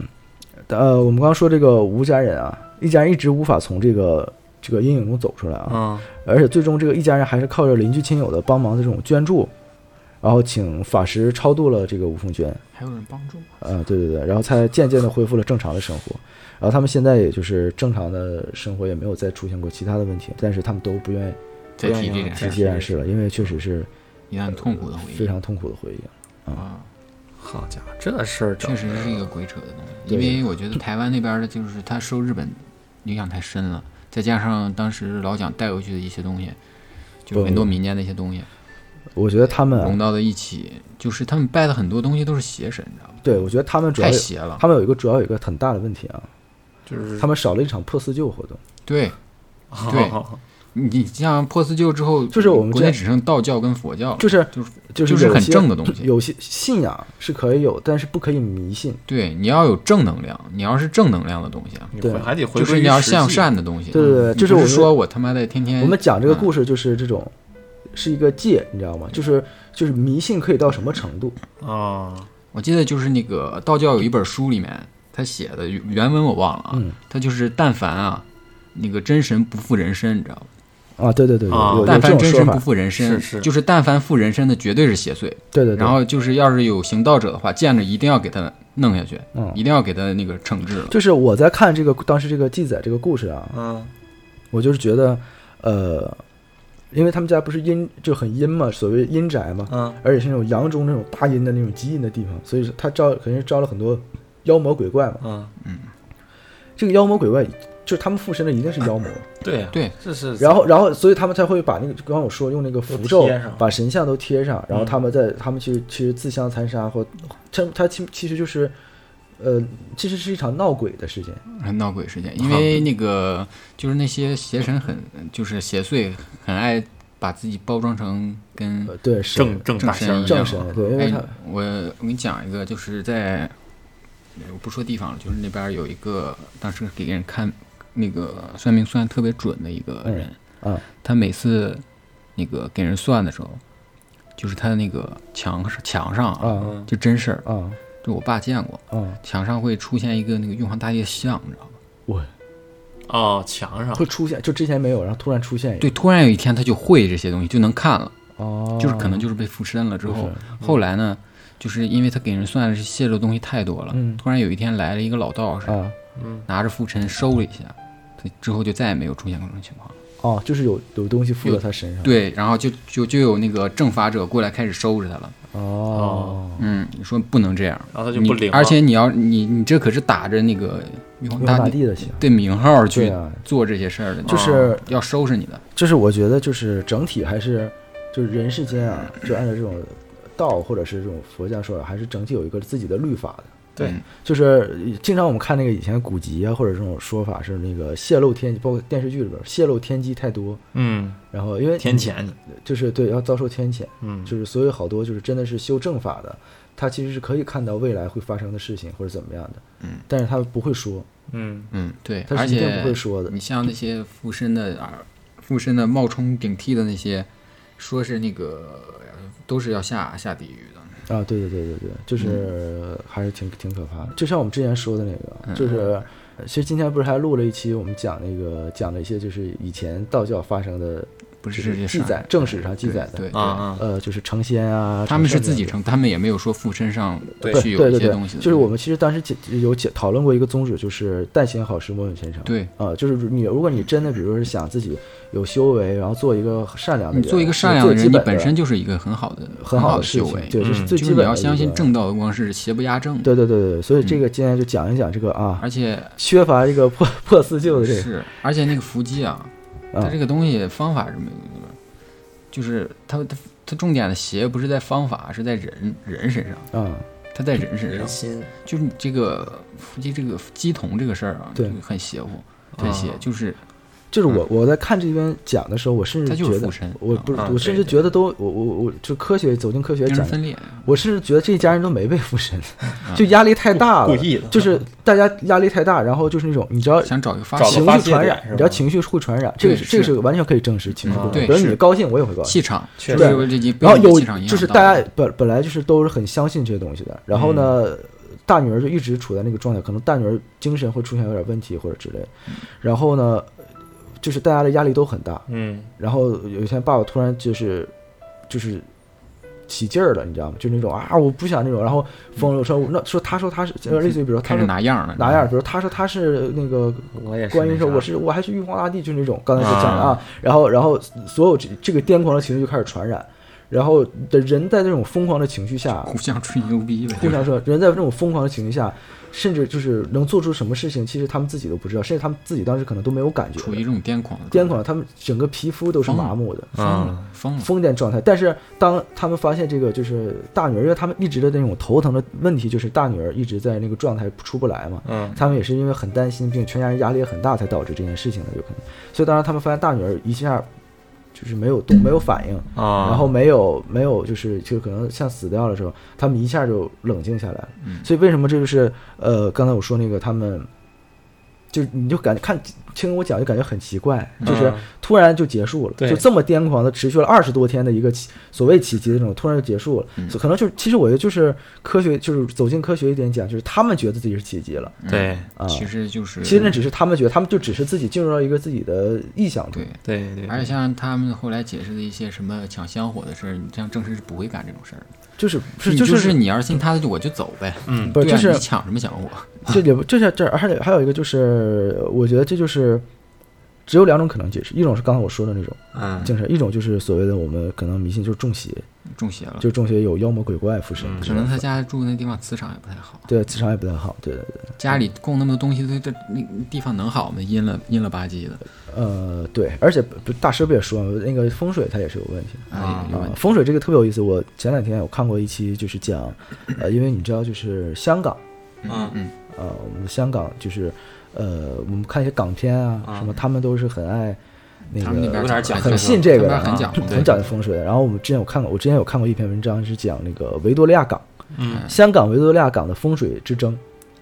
Speaker 1: 呃，我们刚刚说这个吴家人啊，一家人一直无法从这个这个阴影中走出来啊，
Speaker 3: 嗯，
Speaker 1: 而且最终这个一家人还是靠着邻居亲友的帮忙的这种捐助，然后请法师超度了这个吴凤娟，
Speaker 2: 还有人帮助吗？
Speaker 1: 呃，对对对，然后才渐渐的恢复了正常的生活。然后他们现在也就是正常的生活，也没有再出现过其他的问题，但是他们都不愿意
Speaker 2: 再提这件
Speaker 1: 提
Speaker 2: 事，
Speaker 1: 这件事了，因为确实是
Speaker 2: 一段痛苦的回忆。
Speaker 1: 非常痛苦的回忆。
Speaker 2: 啊，
Speaker 4: 好家伙，这事儿整
Speaker 2: 确实是一个鬼扯的东西。
Speaker 1: 对
Speaker 2: 因为我觉得台湾那边的就是他受日本影响太深了，再加上当时老蒋带回去的一些东西，就是很多民间的一些东西
Speaker 1: 我觉得他们
Speaker 2: 融
Speaker 1: 啊，
Speaker 2: 到了一起，就是他们拜的很多东西都是邪神，你知道吗？
Speaker 1: 对我觉得他们主要
Speaker 2: 太
Speaker 1: 有
Speaker 2: 邪了。
Speaker 1: 他们有一个主要有一个很大的问题啊，
Speaker 4: 就是
Speaker 2: 嗯
Speaker 3: (laughs)
Speaker 1: 他们少了一场破四旧活动。
Speaker 2: 对，对
Speaker 3: 哦
Speaker 2: 你你像破四旧之后，
Speaker 1: 就是我们
Speaker 2: 国
Speaker 1: 这
Speaker 2: 内只剩道教跟佛教了，
Speaker 1: 就是
Speaker 2: 就是
Speaker 1: 就是
Speaker 2: 哦就是
Speaker 1: 有
Speaker 2: 很
Speaker 1: 些
Speaker 2: 正的东西
Speaker 1: 有些信仰是可以有，但是不可以迷信。
Speaker 2: 对，你要有正能量，你要是正能量的东西啊，
Speaker 4: 你
Speaker 1: 对
Speaker 4: 回还得回
Speaker 2: 就
Speaker 4: 归
Speaker 2: 是
Speaker 4: 于
Speaker 2: 你要
Speaker 4: 实际
Speaker 2: 向善的东西。
Speaker 1: 对对对
Speaker 2: 嗯
Speaker 1: 就是我
Speaker 2: 你不
Speaker 1: 们
Speaker 2: 是说我他妈的天天
Speaker 1: 我们讲这个
Speaker 2: 嗯
Speaker 1: 故事就是这种，是一个戒，你知道吗？就是就是迷信可以到什么程度？
Speaker 3: 哦
Speaker 4: 啊，
Speaker 2: 我记得就是那个道教有一本书里面他写的原文我忘了啊
Speaker 1: 嗯，
Speaker 2: 他、就是但凡啊，那个真神不附人身，你知道吗？
Speaker 1: 啊，对对对，
Speaker 4: 啊
Speaker 1: 有有
Speaker 2: 但
Speaker 1: 这
Speaker 2: 凡
Speaker 1: 种
Speaker 2: 真
Speaker 1: 说
Speaker 2: 神不
Speaker 1: 法，
Speaker 2: 附人身，
Speaker 4: 是是
Speaker 2: 就是但凡附人身的绝对是邪祟。
Speaker 1: 对对对。
Speaker 2: 然后就是要是有行道者的话，见着一定要给他弄下去，
Speaker 1: 嗯
Speaker 2: 一定要给他那个惩治了。
Speaker 1: 就是我在看这个当时这个记载这个故事啊，
Speaker 4: 嗯，
Speaker 1: 我就是觉得，呃，因为他们家不是阴就很阴嘛，所谓阴宅嘛，
Speaker 4: 嗯，
Speaker 1: 而且是那种阳中那种大阴的那种极阴的地方，所以他招肯定是招了很多妖魔鬼怪嘛。
Speaker 4: 嗯，
Speaker 1: 这个妖魔鬼怪就是他们附身的一定是妖
Speaker 2: (laughs)
Speaker 1: 魔，
Speaker 3: 啊
Speaker 4: 对呀，
Speaker 2: 对，
Speaker 4: 这是
Speaker 1: 然后然后所以他们才会把那个刚刚我说用那个符咒
Speaker 4: 都贴上
Speaker 1: 把神像都贴上，
Speaker 2: 嗯
Speaker 1: 然后他们在他们去其实自相残杀或他他其其实就是。呃，其实是一场闹鬼的事情，
Speaker 2: 闹鬼事件，因为那个就是那些邪神很就是邪祟很爱把自己包装成跟
Speaker 1: 呃，对，是
Speaker 4: 正正
Speaker 2: 嗯正
Speaker 4: 大仙
Speaker 2: 神一
Speaker 4: 儿
Speaker 2: 样
Speaker 3: 啊
Speaker 1: 正神，对，因为
Speaker 2: 哎
Speaker 1: 他，
Speaker 2: 我我给你讲一个，就是在我不说地方了，就是那边有一个当时给人看那个算命算得特别准的一个人，
Speaker 1: 嗯嗯
Speaker 2: 他每次那个给人算的时候，就是他那个墙上墙上啊，
Speaker 1: 啊
Speaker 4: 嗯
Speaker 2: 就真事儿，
Speaker 1: 啊
Speaker 2: 就我爸见过，
Speaker 1: 啊，
Speaker 2: 墙上会出现一个那个玉皇大帝的像，你知道吗？
Speaker 4: 哦，墙上
Speaker 1: 会出现，就之前没有，然后突然出现一个，
Speaker 2: 对，突然有一天他就会这些东西，就能看了，
Speaker 1: 哦，
Speaker 2: 就是可能就是被附身了之后，后来呢，就是因为他给人算的是泄露的东西太多了，
Speaker 1: 嗯
Speaker 2: 突然有一天来了一个老道士，
Speaker 1: 啊，
Speaker 3: 嗯
Speaker 2: 拿着拂尘收了一下，他之后就再也没有出现过这种情况了。
Speaker 1: 哦，就是有有东西附到他身上，，
Speaker 2: 对，然后就就就有那个正法者过来开始收拾他了。
Speaker 1: 哦，
Speaker 2: 嗯，你说不能这样，
Speaker 4: 然后他就不
Speaker 2: 你
Speaker 4: 灵了
Speaker 2: 而且你要你你这可是打着那个玉皇
Speaker 1: 用大
Speaker 2: 大
Speaker 1: 地的行，
Speaker 2: 的名号
Speaker 1: 对
Speaker 2: 去
Speaker 1: 啊，
Speaker 2: 做这些事儿的，
Speaker 1: 就是
Speaker 2: 要收拾你的。
Speaker 1: 就是我觉得就是整体还是就是人世间啊，就按照这种道或者是这种佛教说法，还是整体有一个自己的律法的。
Speaker 4: 对
Speaker 2: 嗯
Speaker 1: 就是经常我们看那个以前古籍啊，或者这种说法是那个泄露天机，包括电视剧里边泄露天机太多，
Speaker 4: 嗯，
Speaker 1: 然后因为
Speaker 4: 天谴你，
Speaker 1: 就是对要遭受天谴，
Speaker 4: 嗯，
Speaker 1: 就是所以好多就是真的是修正法的，他其实是可以看到未来会发生的事情或者怎么样的，
Speaker 2: 嗯，
Speaker 1: 但是他不会说，
Speaker 4: 嗯，
Speaker 2: 嗯，对，
Speaker 1: 他
Speaker 2: 而
Speaker 1: 是一定
Speaker 2: 且
Speaker 1: 不会说的，
Speaker 2: 你像那些附身的啊，附身的冒充顶替的那些，说是那个都是要下下地狱的。
Speaker 1: 啊，对对对对对，就是
Speaker 2: 嗯
Speaker 1: 还是挺挺可怕的。就像我们之前说的那个，就是其实今天不是还录了一期，我们讲那个讲了一些就是以前道教发生的，
Speaker 2: 不
Speaker 1: 就是是
Speaker 2: 这些事
Speaker 1: 记
Speaker 2: 儿
Speaker 1: 载正史上记
Speaker 2: 对
Speaker 1: 载的
Speaker 2: 对
Speaker 4: 啊
Speaker 2: 对
Speaker 4: 啊，
Speaker 1: 呃，就是成仙啊，
Speaker 2: 他们是
Speaker 1: 成圣
Speaker 2: 自己
Speaker 1: 这样
Speaker 2: 成，他们也没有说附身上
Speaker 1: 对
Speaker 2: 去有
Speaker 1: 对
Speaker 2: 一
Speaker 1: 对
Speaker 2: 些
Speaker 1: 对
Speaker 2: 东西的，
Speaker 1: 就是我们其实当时解有解讨论过一个宗旨，就是但行好事，莫问前程。
Speaker 2: 对
Speaker 1: 啊，就是你如果你真的，比如说是想自己有修为，然后做一个善良的
Speaker 2: 你
Speaker 1: 人，
Speaker 2: 做一个善良
Speaker 1: 最
Speaker 2: 的
Speaker 1: 基
Speaker 2: 人，你
Speaker 1: 本
Speaker 2: 本
Speaker 1: 的
Speaker 2: 身就是一个很好的
Speaker 1: 很
Speaker 2: 好
Speaker 1: 好
Speaker 2: 的
Speaker 1: 的事
Speaker 2: 修
Speaker 1: 情
Speaker 2: 为，，
Speaker 1: 对，这是
Speaker 4: 嗯
Speaker 1: 最基
Speaker 2: 就是
Speaker 1: 本
Speaker 2: 你
Speaker 1: 的
Speaker 2: 要
Speaker 1: 一
Speaker 2: 相信
Speaker 1: 个。
Speaker 2: 正道的光是邪不压正的，
Speaker 1: 对对对对，对所以这个
Speaker 4: 嗯
Speaker 1: 今天就讲一讲这个啊，
Speaker 2: 而且
Speaker 1: 缺乏一个破破四旧的这个
Speaker 2: 是而且那个伏击啊，它
Speaker 1: 啊
Speaker 2: 这个东西方法是没有用的，就是它它它重点的邪不是在方法，是在人人身上，
Speaker 1: 啊，
Speaker 2: 它在人身上
Speaker 4: 人，心
Speaker 2: (laughs) 就是你这个伏击这个鸡童这个事儿啊，
Speaker 1: 对
Speaker 2: 就很邪乎，很邪，
Speaker 4: 啊
Speaker 2: 就是
Speaker 1: 就是我我在看这边讲的时候，我甚
Speaker 2: 它
Speaker 1: 至
Speaker 2: 就是
Speaker 1: 觉
Speaker 2: 附
Speaker 1: 得，
Speaker 2: 身，
Speaker 1: 我不是
Speaker 4: 啊
Speaker 1: 我
Speaker 4: 对
Speaker 1: 甚至
Speaker 4: 对
Speaker 1: 觉得都我我我就科学走进科学
Speaker 2: 精神
Speaker 1: 讲，
Speaker 2: 分裂，
Speaker 1: 我甚至觉得这一家人都没被附身，就压力太
Speaker 4: 嗯
Speaker 1: 大
Speaker 4: 故
Speaker 1: 了，
Speaker 4: 意的，
Speaker 1: 就是大家压力太大，然后就是那种你知道
Speaker 2: 想找一个发
Speaker 4: 找个
Speaker 2: 泄
Speaker 1: 情
Speaker 4: 发
Speaker 1: 绪
Speaker 4: 泄
Speaker 1: 传
Speaker 4: 点
Speaker 1: 染，
Speaker 4: 是
Speaker 1: 你知道
Speaker 4: 吧
Speaker 1: 情绪会传染，这个
Speaker 2: 对
Speaker 1: 是这个
Speaker 2: 是
Speaker 1: 是完全可以证实情绪会
Speaker 4: 嗯
Speaker 1: 传染，
Speaker 2: 对
Speaker 1: 比如你
Speaker 2: 是
Speaker 1: 高兴我也会高兴，
Speaker 2: 气场，
Speaker 4: 确
Speaker 1: 对
Speaker 2: 就是为这集被
Speaker 1: 然后
Speaker 2: 你的
Speaker 1: 有
Speaker 2: 气场影
Speaker 1: 就是
Speaker 2: 响到
Speaker 1: 大家本本来就是都是很相信这些东西的，然后呢，
Speaker 2: 嗯
Speaker 1: 大女儿就一直处在那个状态，可能大女儿精神会出现有点问题或者之类，
Speaker 2: 嗯
Speaker 1: 然后呢，就是大家的压力都很大，
Speaker 4: 嗯
Speaker 1: 然后有一天爸爸突然就是就是起劲儿了，你知道吗？就是那种啊我不想那种，然后疯了说我那说他说他是就是类似于比如说他
Speaker 2: 嗯开始
Speaker 1: 说
Speaker 2: 拿样了，
Speaker 1: 哪样，比如他说他是那个
Speaker 2: 嗯
Speaker 4: 我也是
Speaker 1: 关
Speaker 4: 那
Speaker 1: 于说
Speaker 4: 啥
Speaker 1: 我是我还是玉皇大帝，就是那种刚才在讲的啊
Speaker 4: 啊，
Speaker 1: 然后然后所有这这个癫狂的情绪就开始传染，然后的人在这种疯狂的情绪下，
Speaker 2: (laughs) 互相吹牛逼呗，
Speaker 1: 互相说人在这种疯狂的情绪下，甚至就是能做出什么事情，其实他们自己都不知道，甚至他们自己当时可能都没有感觉
Speaker 2: 处于
Speaker 1: 的，
Speaker 2: 这种癫狂的
Speaker 1: 癫狂，他们整个皮肤都是
Speaker 2: 疯了
Speaker 1: 麻木
Speaker 4: 啊
Speaker 1: 的。
Speaker 2: 状态，疯了，疯了，
Speaker 1: 疯癫状态，但是当他们发现这个就是大女儿，因为他们一直的那种头疼的问题，就是大女儿一直在那个状态出不来嘛，
Speaker 4: 嗯
Speaker 1: 他们也是因为很担心，并且全家人压力也很大，才导致这件事情的，有可能。所以当时他们发现大女儿一下就是没有动，没有反应，
Speaker 4: 啊，
Speaker 1: 然后没有没有就是就是可能像死掉的时候，他们一下就冷静下来了。
Speaker 2: 嗯
Speaker 1: 所以为什么这就是呃刚才我说那个他们。就你就感看听我讲就感觉很奇怪，
Speaker 3: 啊
Speaker 1: 就是
Speaker 4: 嗯
Speaker 1: 突然就结束了，
Speaker 4: 对
Speaker 1: 就这么癫狂的持续了二十多天的一个奇所谓奇迹的这种，突然就结束了。
Speaker 2: 嗯
Speaker 1: 所以可能就是其实我觉得就是科学就是走进科学一点讲，就是他们觉得自己是奇迹了，
Speaker 4: 对
Speaker 1: 啊，
Speaker 2: 嗯其实就是
Speaker 1: 其实那只是他们觉得，他们就只是自己进入到一个自己的臆想中
Speaker 2: 对。
Speaker 4: 对对，
Speaker 2: 而且像他们后来解释的一些什么抢香火的事儿，你这样正式是不会干这种事儿的。
Speaker 1: 就是是
Speaker 2: 你
Speaker 1: 就
Speaker 2: 就是你要是信他的，我就走呗。
Speaker 4: 嗯
Speaker 1: 不是
Speaker 2: 对啊，
Speaker 1: 就是
Speaker 2: 你抢什么香火？
Speaker 1: 这里这是这儿还有还有一个就是，我觉得这就是只有两种可能解释，一种是刚才我说的那种
Speaker 4: 嗯
Speaker 1: 精神，一种就是所谓的我们可能迷信就是中邪，
Speaker 2: 中邪了，
Speaker 1: 就是中邪有妖魔鬼怪附身，
Speaker 4: 嗯
Speaker 2: 嗯可能他家住那地方磁场也不太好，
Speaker 1: 对磁场也不太好，对对对，
Speaker 2: 家里供那么多东西，这这那地方能好吗？阴了阴了吧唧的，
Speaker 1: 呃对，而且不大师不也说嘛，那个风水它也是有问题的。
Speaker 2: 啊，有问
Speaker 1: 啊，
Speaker 2: 题。
Speaker 1: 风水这个特别有意思。我前两天我看过一期，就是讲，呃，因为你知道，就是香港，
Speaker 2: 嗯嗯，
Speaker 1: 呃，我们香港就是，呃，我们看一些港片啊，
Speaker 4: 啊
Speaker 1: 什么他们都是很爱那
Speaker 2: 他们那
Speaker 1: 个
Speaker 2: 边
Speaker 4: 有点讲
Speaker 1: 很
Speaker 4: 究
Speaker 1: 信这个的
Speaker 2: 他
Speaker 1: 啊，
Speaker 2: 们很讲
Speaker 1: 就
Speaker 2: 究，
Speaker 1: 很讲究风水的。然后我们之前有看过，我之前有看过一篇文章是讲那个维多利亚港，
Speaker 4: 嗯
Speaker 1: 香港维多利亚港的风水之争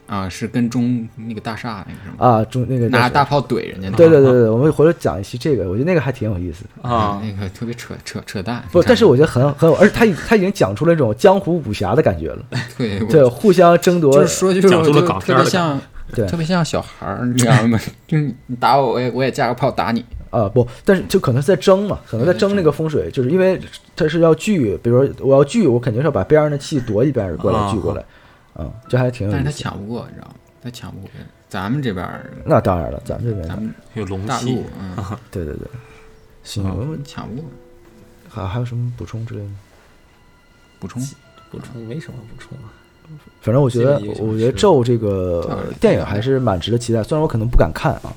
Speaker 2: 啊，是跟中那个大厦那个什么，
Speaker 1: 啊，中那个叫什
Speaker 2: 拿
Speaker 1: 么
Speaker 2: 大啊炮怼人家那个，
Speaker 1: 对对对对，我们回头讲一期这个，我觉得那个还挺有意思的。
Speaker 4: 啊，
Speaker 2: 那个特别扯扯扯淡。
Speaker 1: 不，
Speaker 2: 你看
Speaker 1: 但是我觉得很很有，而且他已他已经讲出了那种江湖武侠的感觉了，
Speaker 2: 对哎我
Speaker 1: 对，互相争夺
Speaker 2: 就，是说就是
Speaker 4: 讲述了
Speaker 2: 就
Speaker 4: 港
Speaker 2: 特
Speaker 4: 片儿
Speaker 2: 别
Speaker 4: 的
Speaker 2: 像
Speaker 1: 对
Speaker 2: 特别像小孩儿，你知道
Speaker 1: (laughs)
Speaker 2: 吗？就是你打我，我也我也架个炮打你。
Speaker 1: 啊，不，但是就可能是在争嘛，可能在争那个风水，就是因为它是要聚，比如说我要聚，我肯定是要把边上的气夺一边儿过来聚过来，嗯，这还挺有
Speaker 2: 啊但是
Speaker 1: 意
Speaker 2: 他
Speaker 1: 思。
Speaker 2: 抢不过，你知道吗？他抢不过别人。咱们这边儿，
Speaker 1: 那当然了，咱们这
Speaker 2: 咱
Speaker 1: 边
Speaker 2: 们
Speaker 4: 有龙
Speaker 2: 大
Speaker 4: 气
Speaker 2: 陆，，嗯，
Speaker 1: 对对对，行，
Speaker 2: 啊
Speaker 1: 我们
Speaker 2: 抢不过。
Speaker 1: 还还有什么补充之类的吗？
Speaker 2: 补充，
Speaker 4: 补充没什么补充啊了，
Speaker 1: 反正我觉得
Speaker 4: 基本一个，小时
Speaker 1: 我觉得咒这个
Speaker 2: 对
Speaker 1: 电影还是蛮值得期待，虽然我可能不敢看啊，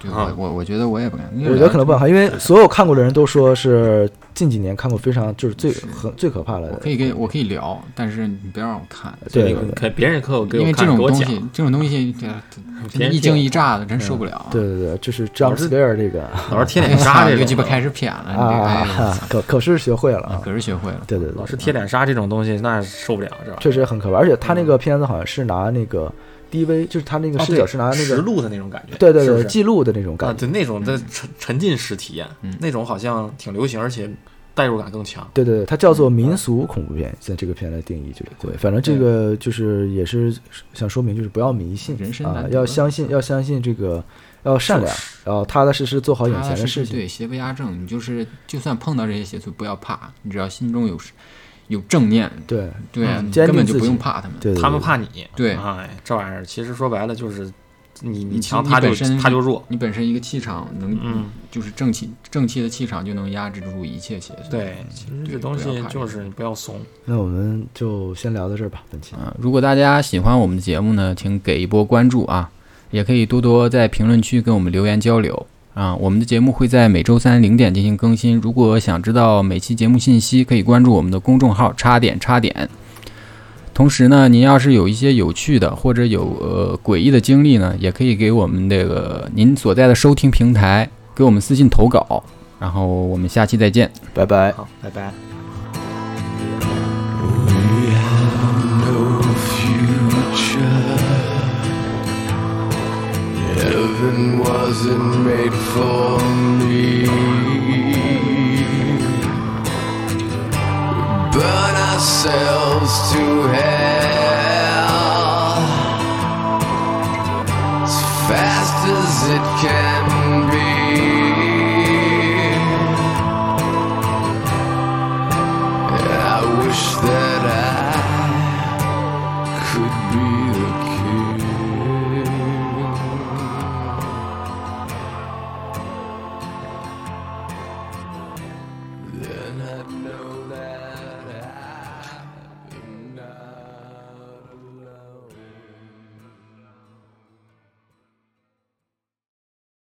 Speaker 2: 对
Speaker 4: 啊
Speaker 2: 我我我觉得我也不敢，因为
Speaker 1: 我觉得可能不敢看，因
Speaker 2: 嗯
Speaker 1: 为所有看过的人都说是近几年看过非常就是最
Speaker 2: 是
Speaker 1: 很最可怕
Speaker 2: 我
Speaker 1: 的
Speaker 2: 可，以给我可以聊，但是你不要让我看，
Speaker 4: 这
Speaker 1: 对对
Speaker 4: 个可别人可有给
Speaker 2: 因
Speaker 4: 我
Speaker 2: 为这
Speaker 4: 看
Speaker 2: 种
Speaker 4: 给我
Speaker 2: 东西
Speaker 4: 讲，，
Speaker 2: 这种东西这
Speaker 4: 别人
Speaker 2: 一惊一乍的，真受不了。
Speaker 1: 嗯对对啊对，就是张斯贝尔这个
Speaker 4: 老是贴
Speaker 2: 哎
Speaker 1: (laughs)
Speaker 4: 脸
Speaker 2: 呀，
Speaker 4: 杀这
Speaker 2: (laughs) 又
Speaker 4: 种
Speaker 2: 鸡巴开始偏了，你这个哎
Speaker 1: 啊
Speaker 2: 呀，
Speaker 1: 可可是学会了
Speaker 2: 我操
Speaker 1: 啊，
Speaker 2: 可是学会了。
Speaker 1: 对对对，
Speaker 4: 老是贴脸杀这种东西，那受不了是吧？哦
Speaker 1: 确实很可怕，而且他那个片子好像是拿那个 DV，就是他那个
Speaker 4: 嗯哦
Speaker 1: 视角是拿那
Speaker 4: 实
Speaker 1: 个，
Speaker 4: 录的那种感觉，
Speaker 1: 对对
Speaker 4: 是不
Speaker 1: 对，
Speaker 4: 是
Speaker 1: 记录的那种
Speaker 4: 啊，
Speaker 1: 感觉，
Speaker 4: 对那种的沉沉浸式体验
Speaker 2: 嗯，
Speaker 4: 那种好像挺流行，而且代入感更强。
Speaker 1: 对对对，它叫做民俗恐怖片，在这个片来定义就是
Speaker 4: 嗯
Speaker 1: 对，反正这个就是也是想说明，就是不要迷信
Speaker 2: 人生难
Speaker 1: 啊，
Speaker 2: 得
Speaker 1: 要相信，要相信这个，要善良，然后踏踏实实做好眼
Speaker 2: 踏
Speaker 1: 前
Speaker 2: 踏
Speaker 1: 的
Speaker 2: 实
Speaker 1: 事
Speaker 2: 实
Speaker 1: 情，
Speaker 2: 对，邪不压正，你就是就算碰到这些邪祟，不要怕，你只要心中有有正念，
Speaker 1: 对
Speaker 2: 对啊，
Speaker 4: 嗯
Speaker 2: 你
Speaker 1: 坚
Speaker 2: 根本
Speaker 1: 定自
Speaker 2: 就不用
Speaker 1: 己
Speaker 2: 怕他们。
Speaker 1: 对，对
Speaker 4: 他们，怕你，
Speaker 2: 对
Speaker 4: 哎，这玩意儿其实说白了就是你
Speaker 2: 你
Speaker 4: 你强，
Speaker 2: 你
Speaker 4: 他就
Speaker 2: 本身
Speaker 4: 他就弱，
Speaker 2: 你本身一个气场能，
Speaker 4: 嗯，
Speaker 2: 就是正气正气的气场就能压制住一切邪祟。
Speaker 4: 对，其实
Speaker 2: 对
Speaker 4: 这东
Speaker 2: 不要
Speaker 4: 西
Speaker 2: 怕这
Speaker 4: 就
Speaker 2: 个
Speaker 4: 是你不要怂，
Speaker 1: 那我们就先聊到这儿吧，本期
Speaker 4: 嗯
Speaker 2: 啊，如果大家喜欢我们的节目呢，请给一波关注啊，也可以多多在评论区跟我们留言交流啊。我们的节目会在每周三零点进行更新。如果想知道每期节目信息，可以关注我们的公众号“叉点叉点”。同时呢，您要是有一些有趣的或者有呃诡异的经历呢，也可以给我们这个您所在的收听平台。给我们私信投稿，然后我们下期再见。
Speaker 1: 拜拜。
Speaker 4: 好，拜拜。
Speaker 5: Heaven wasn't made for me. Burn ourselves to hell as fast as it can be. I wish that I could be the king. Then I know.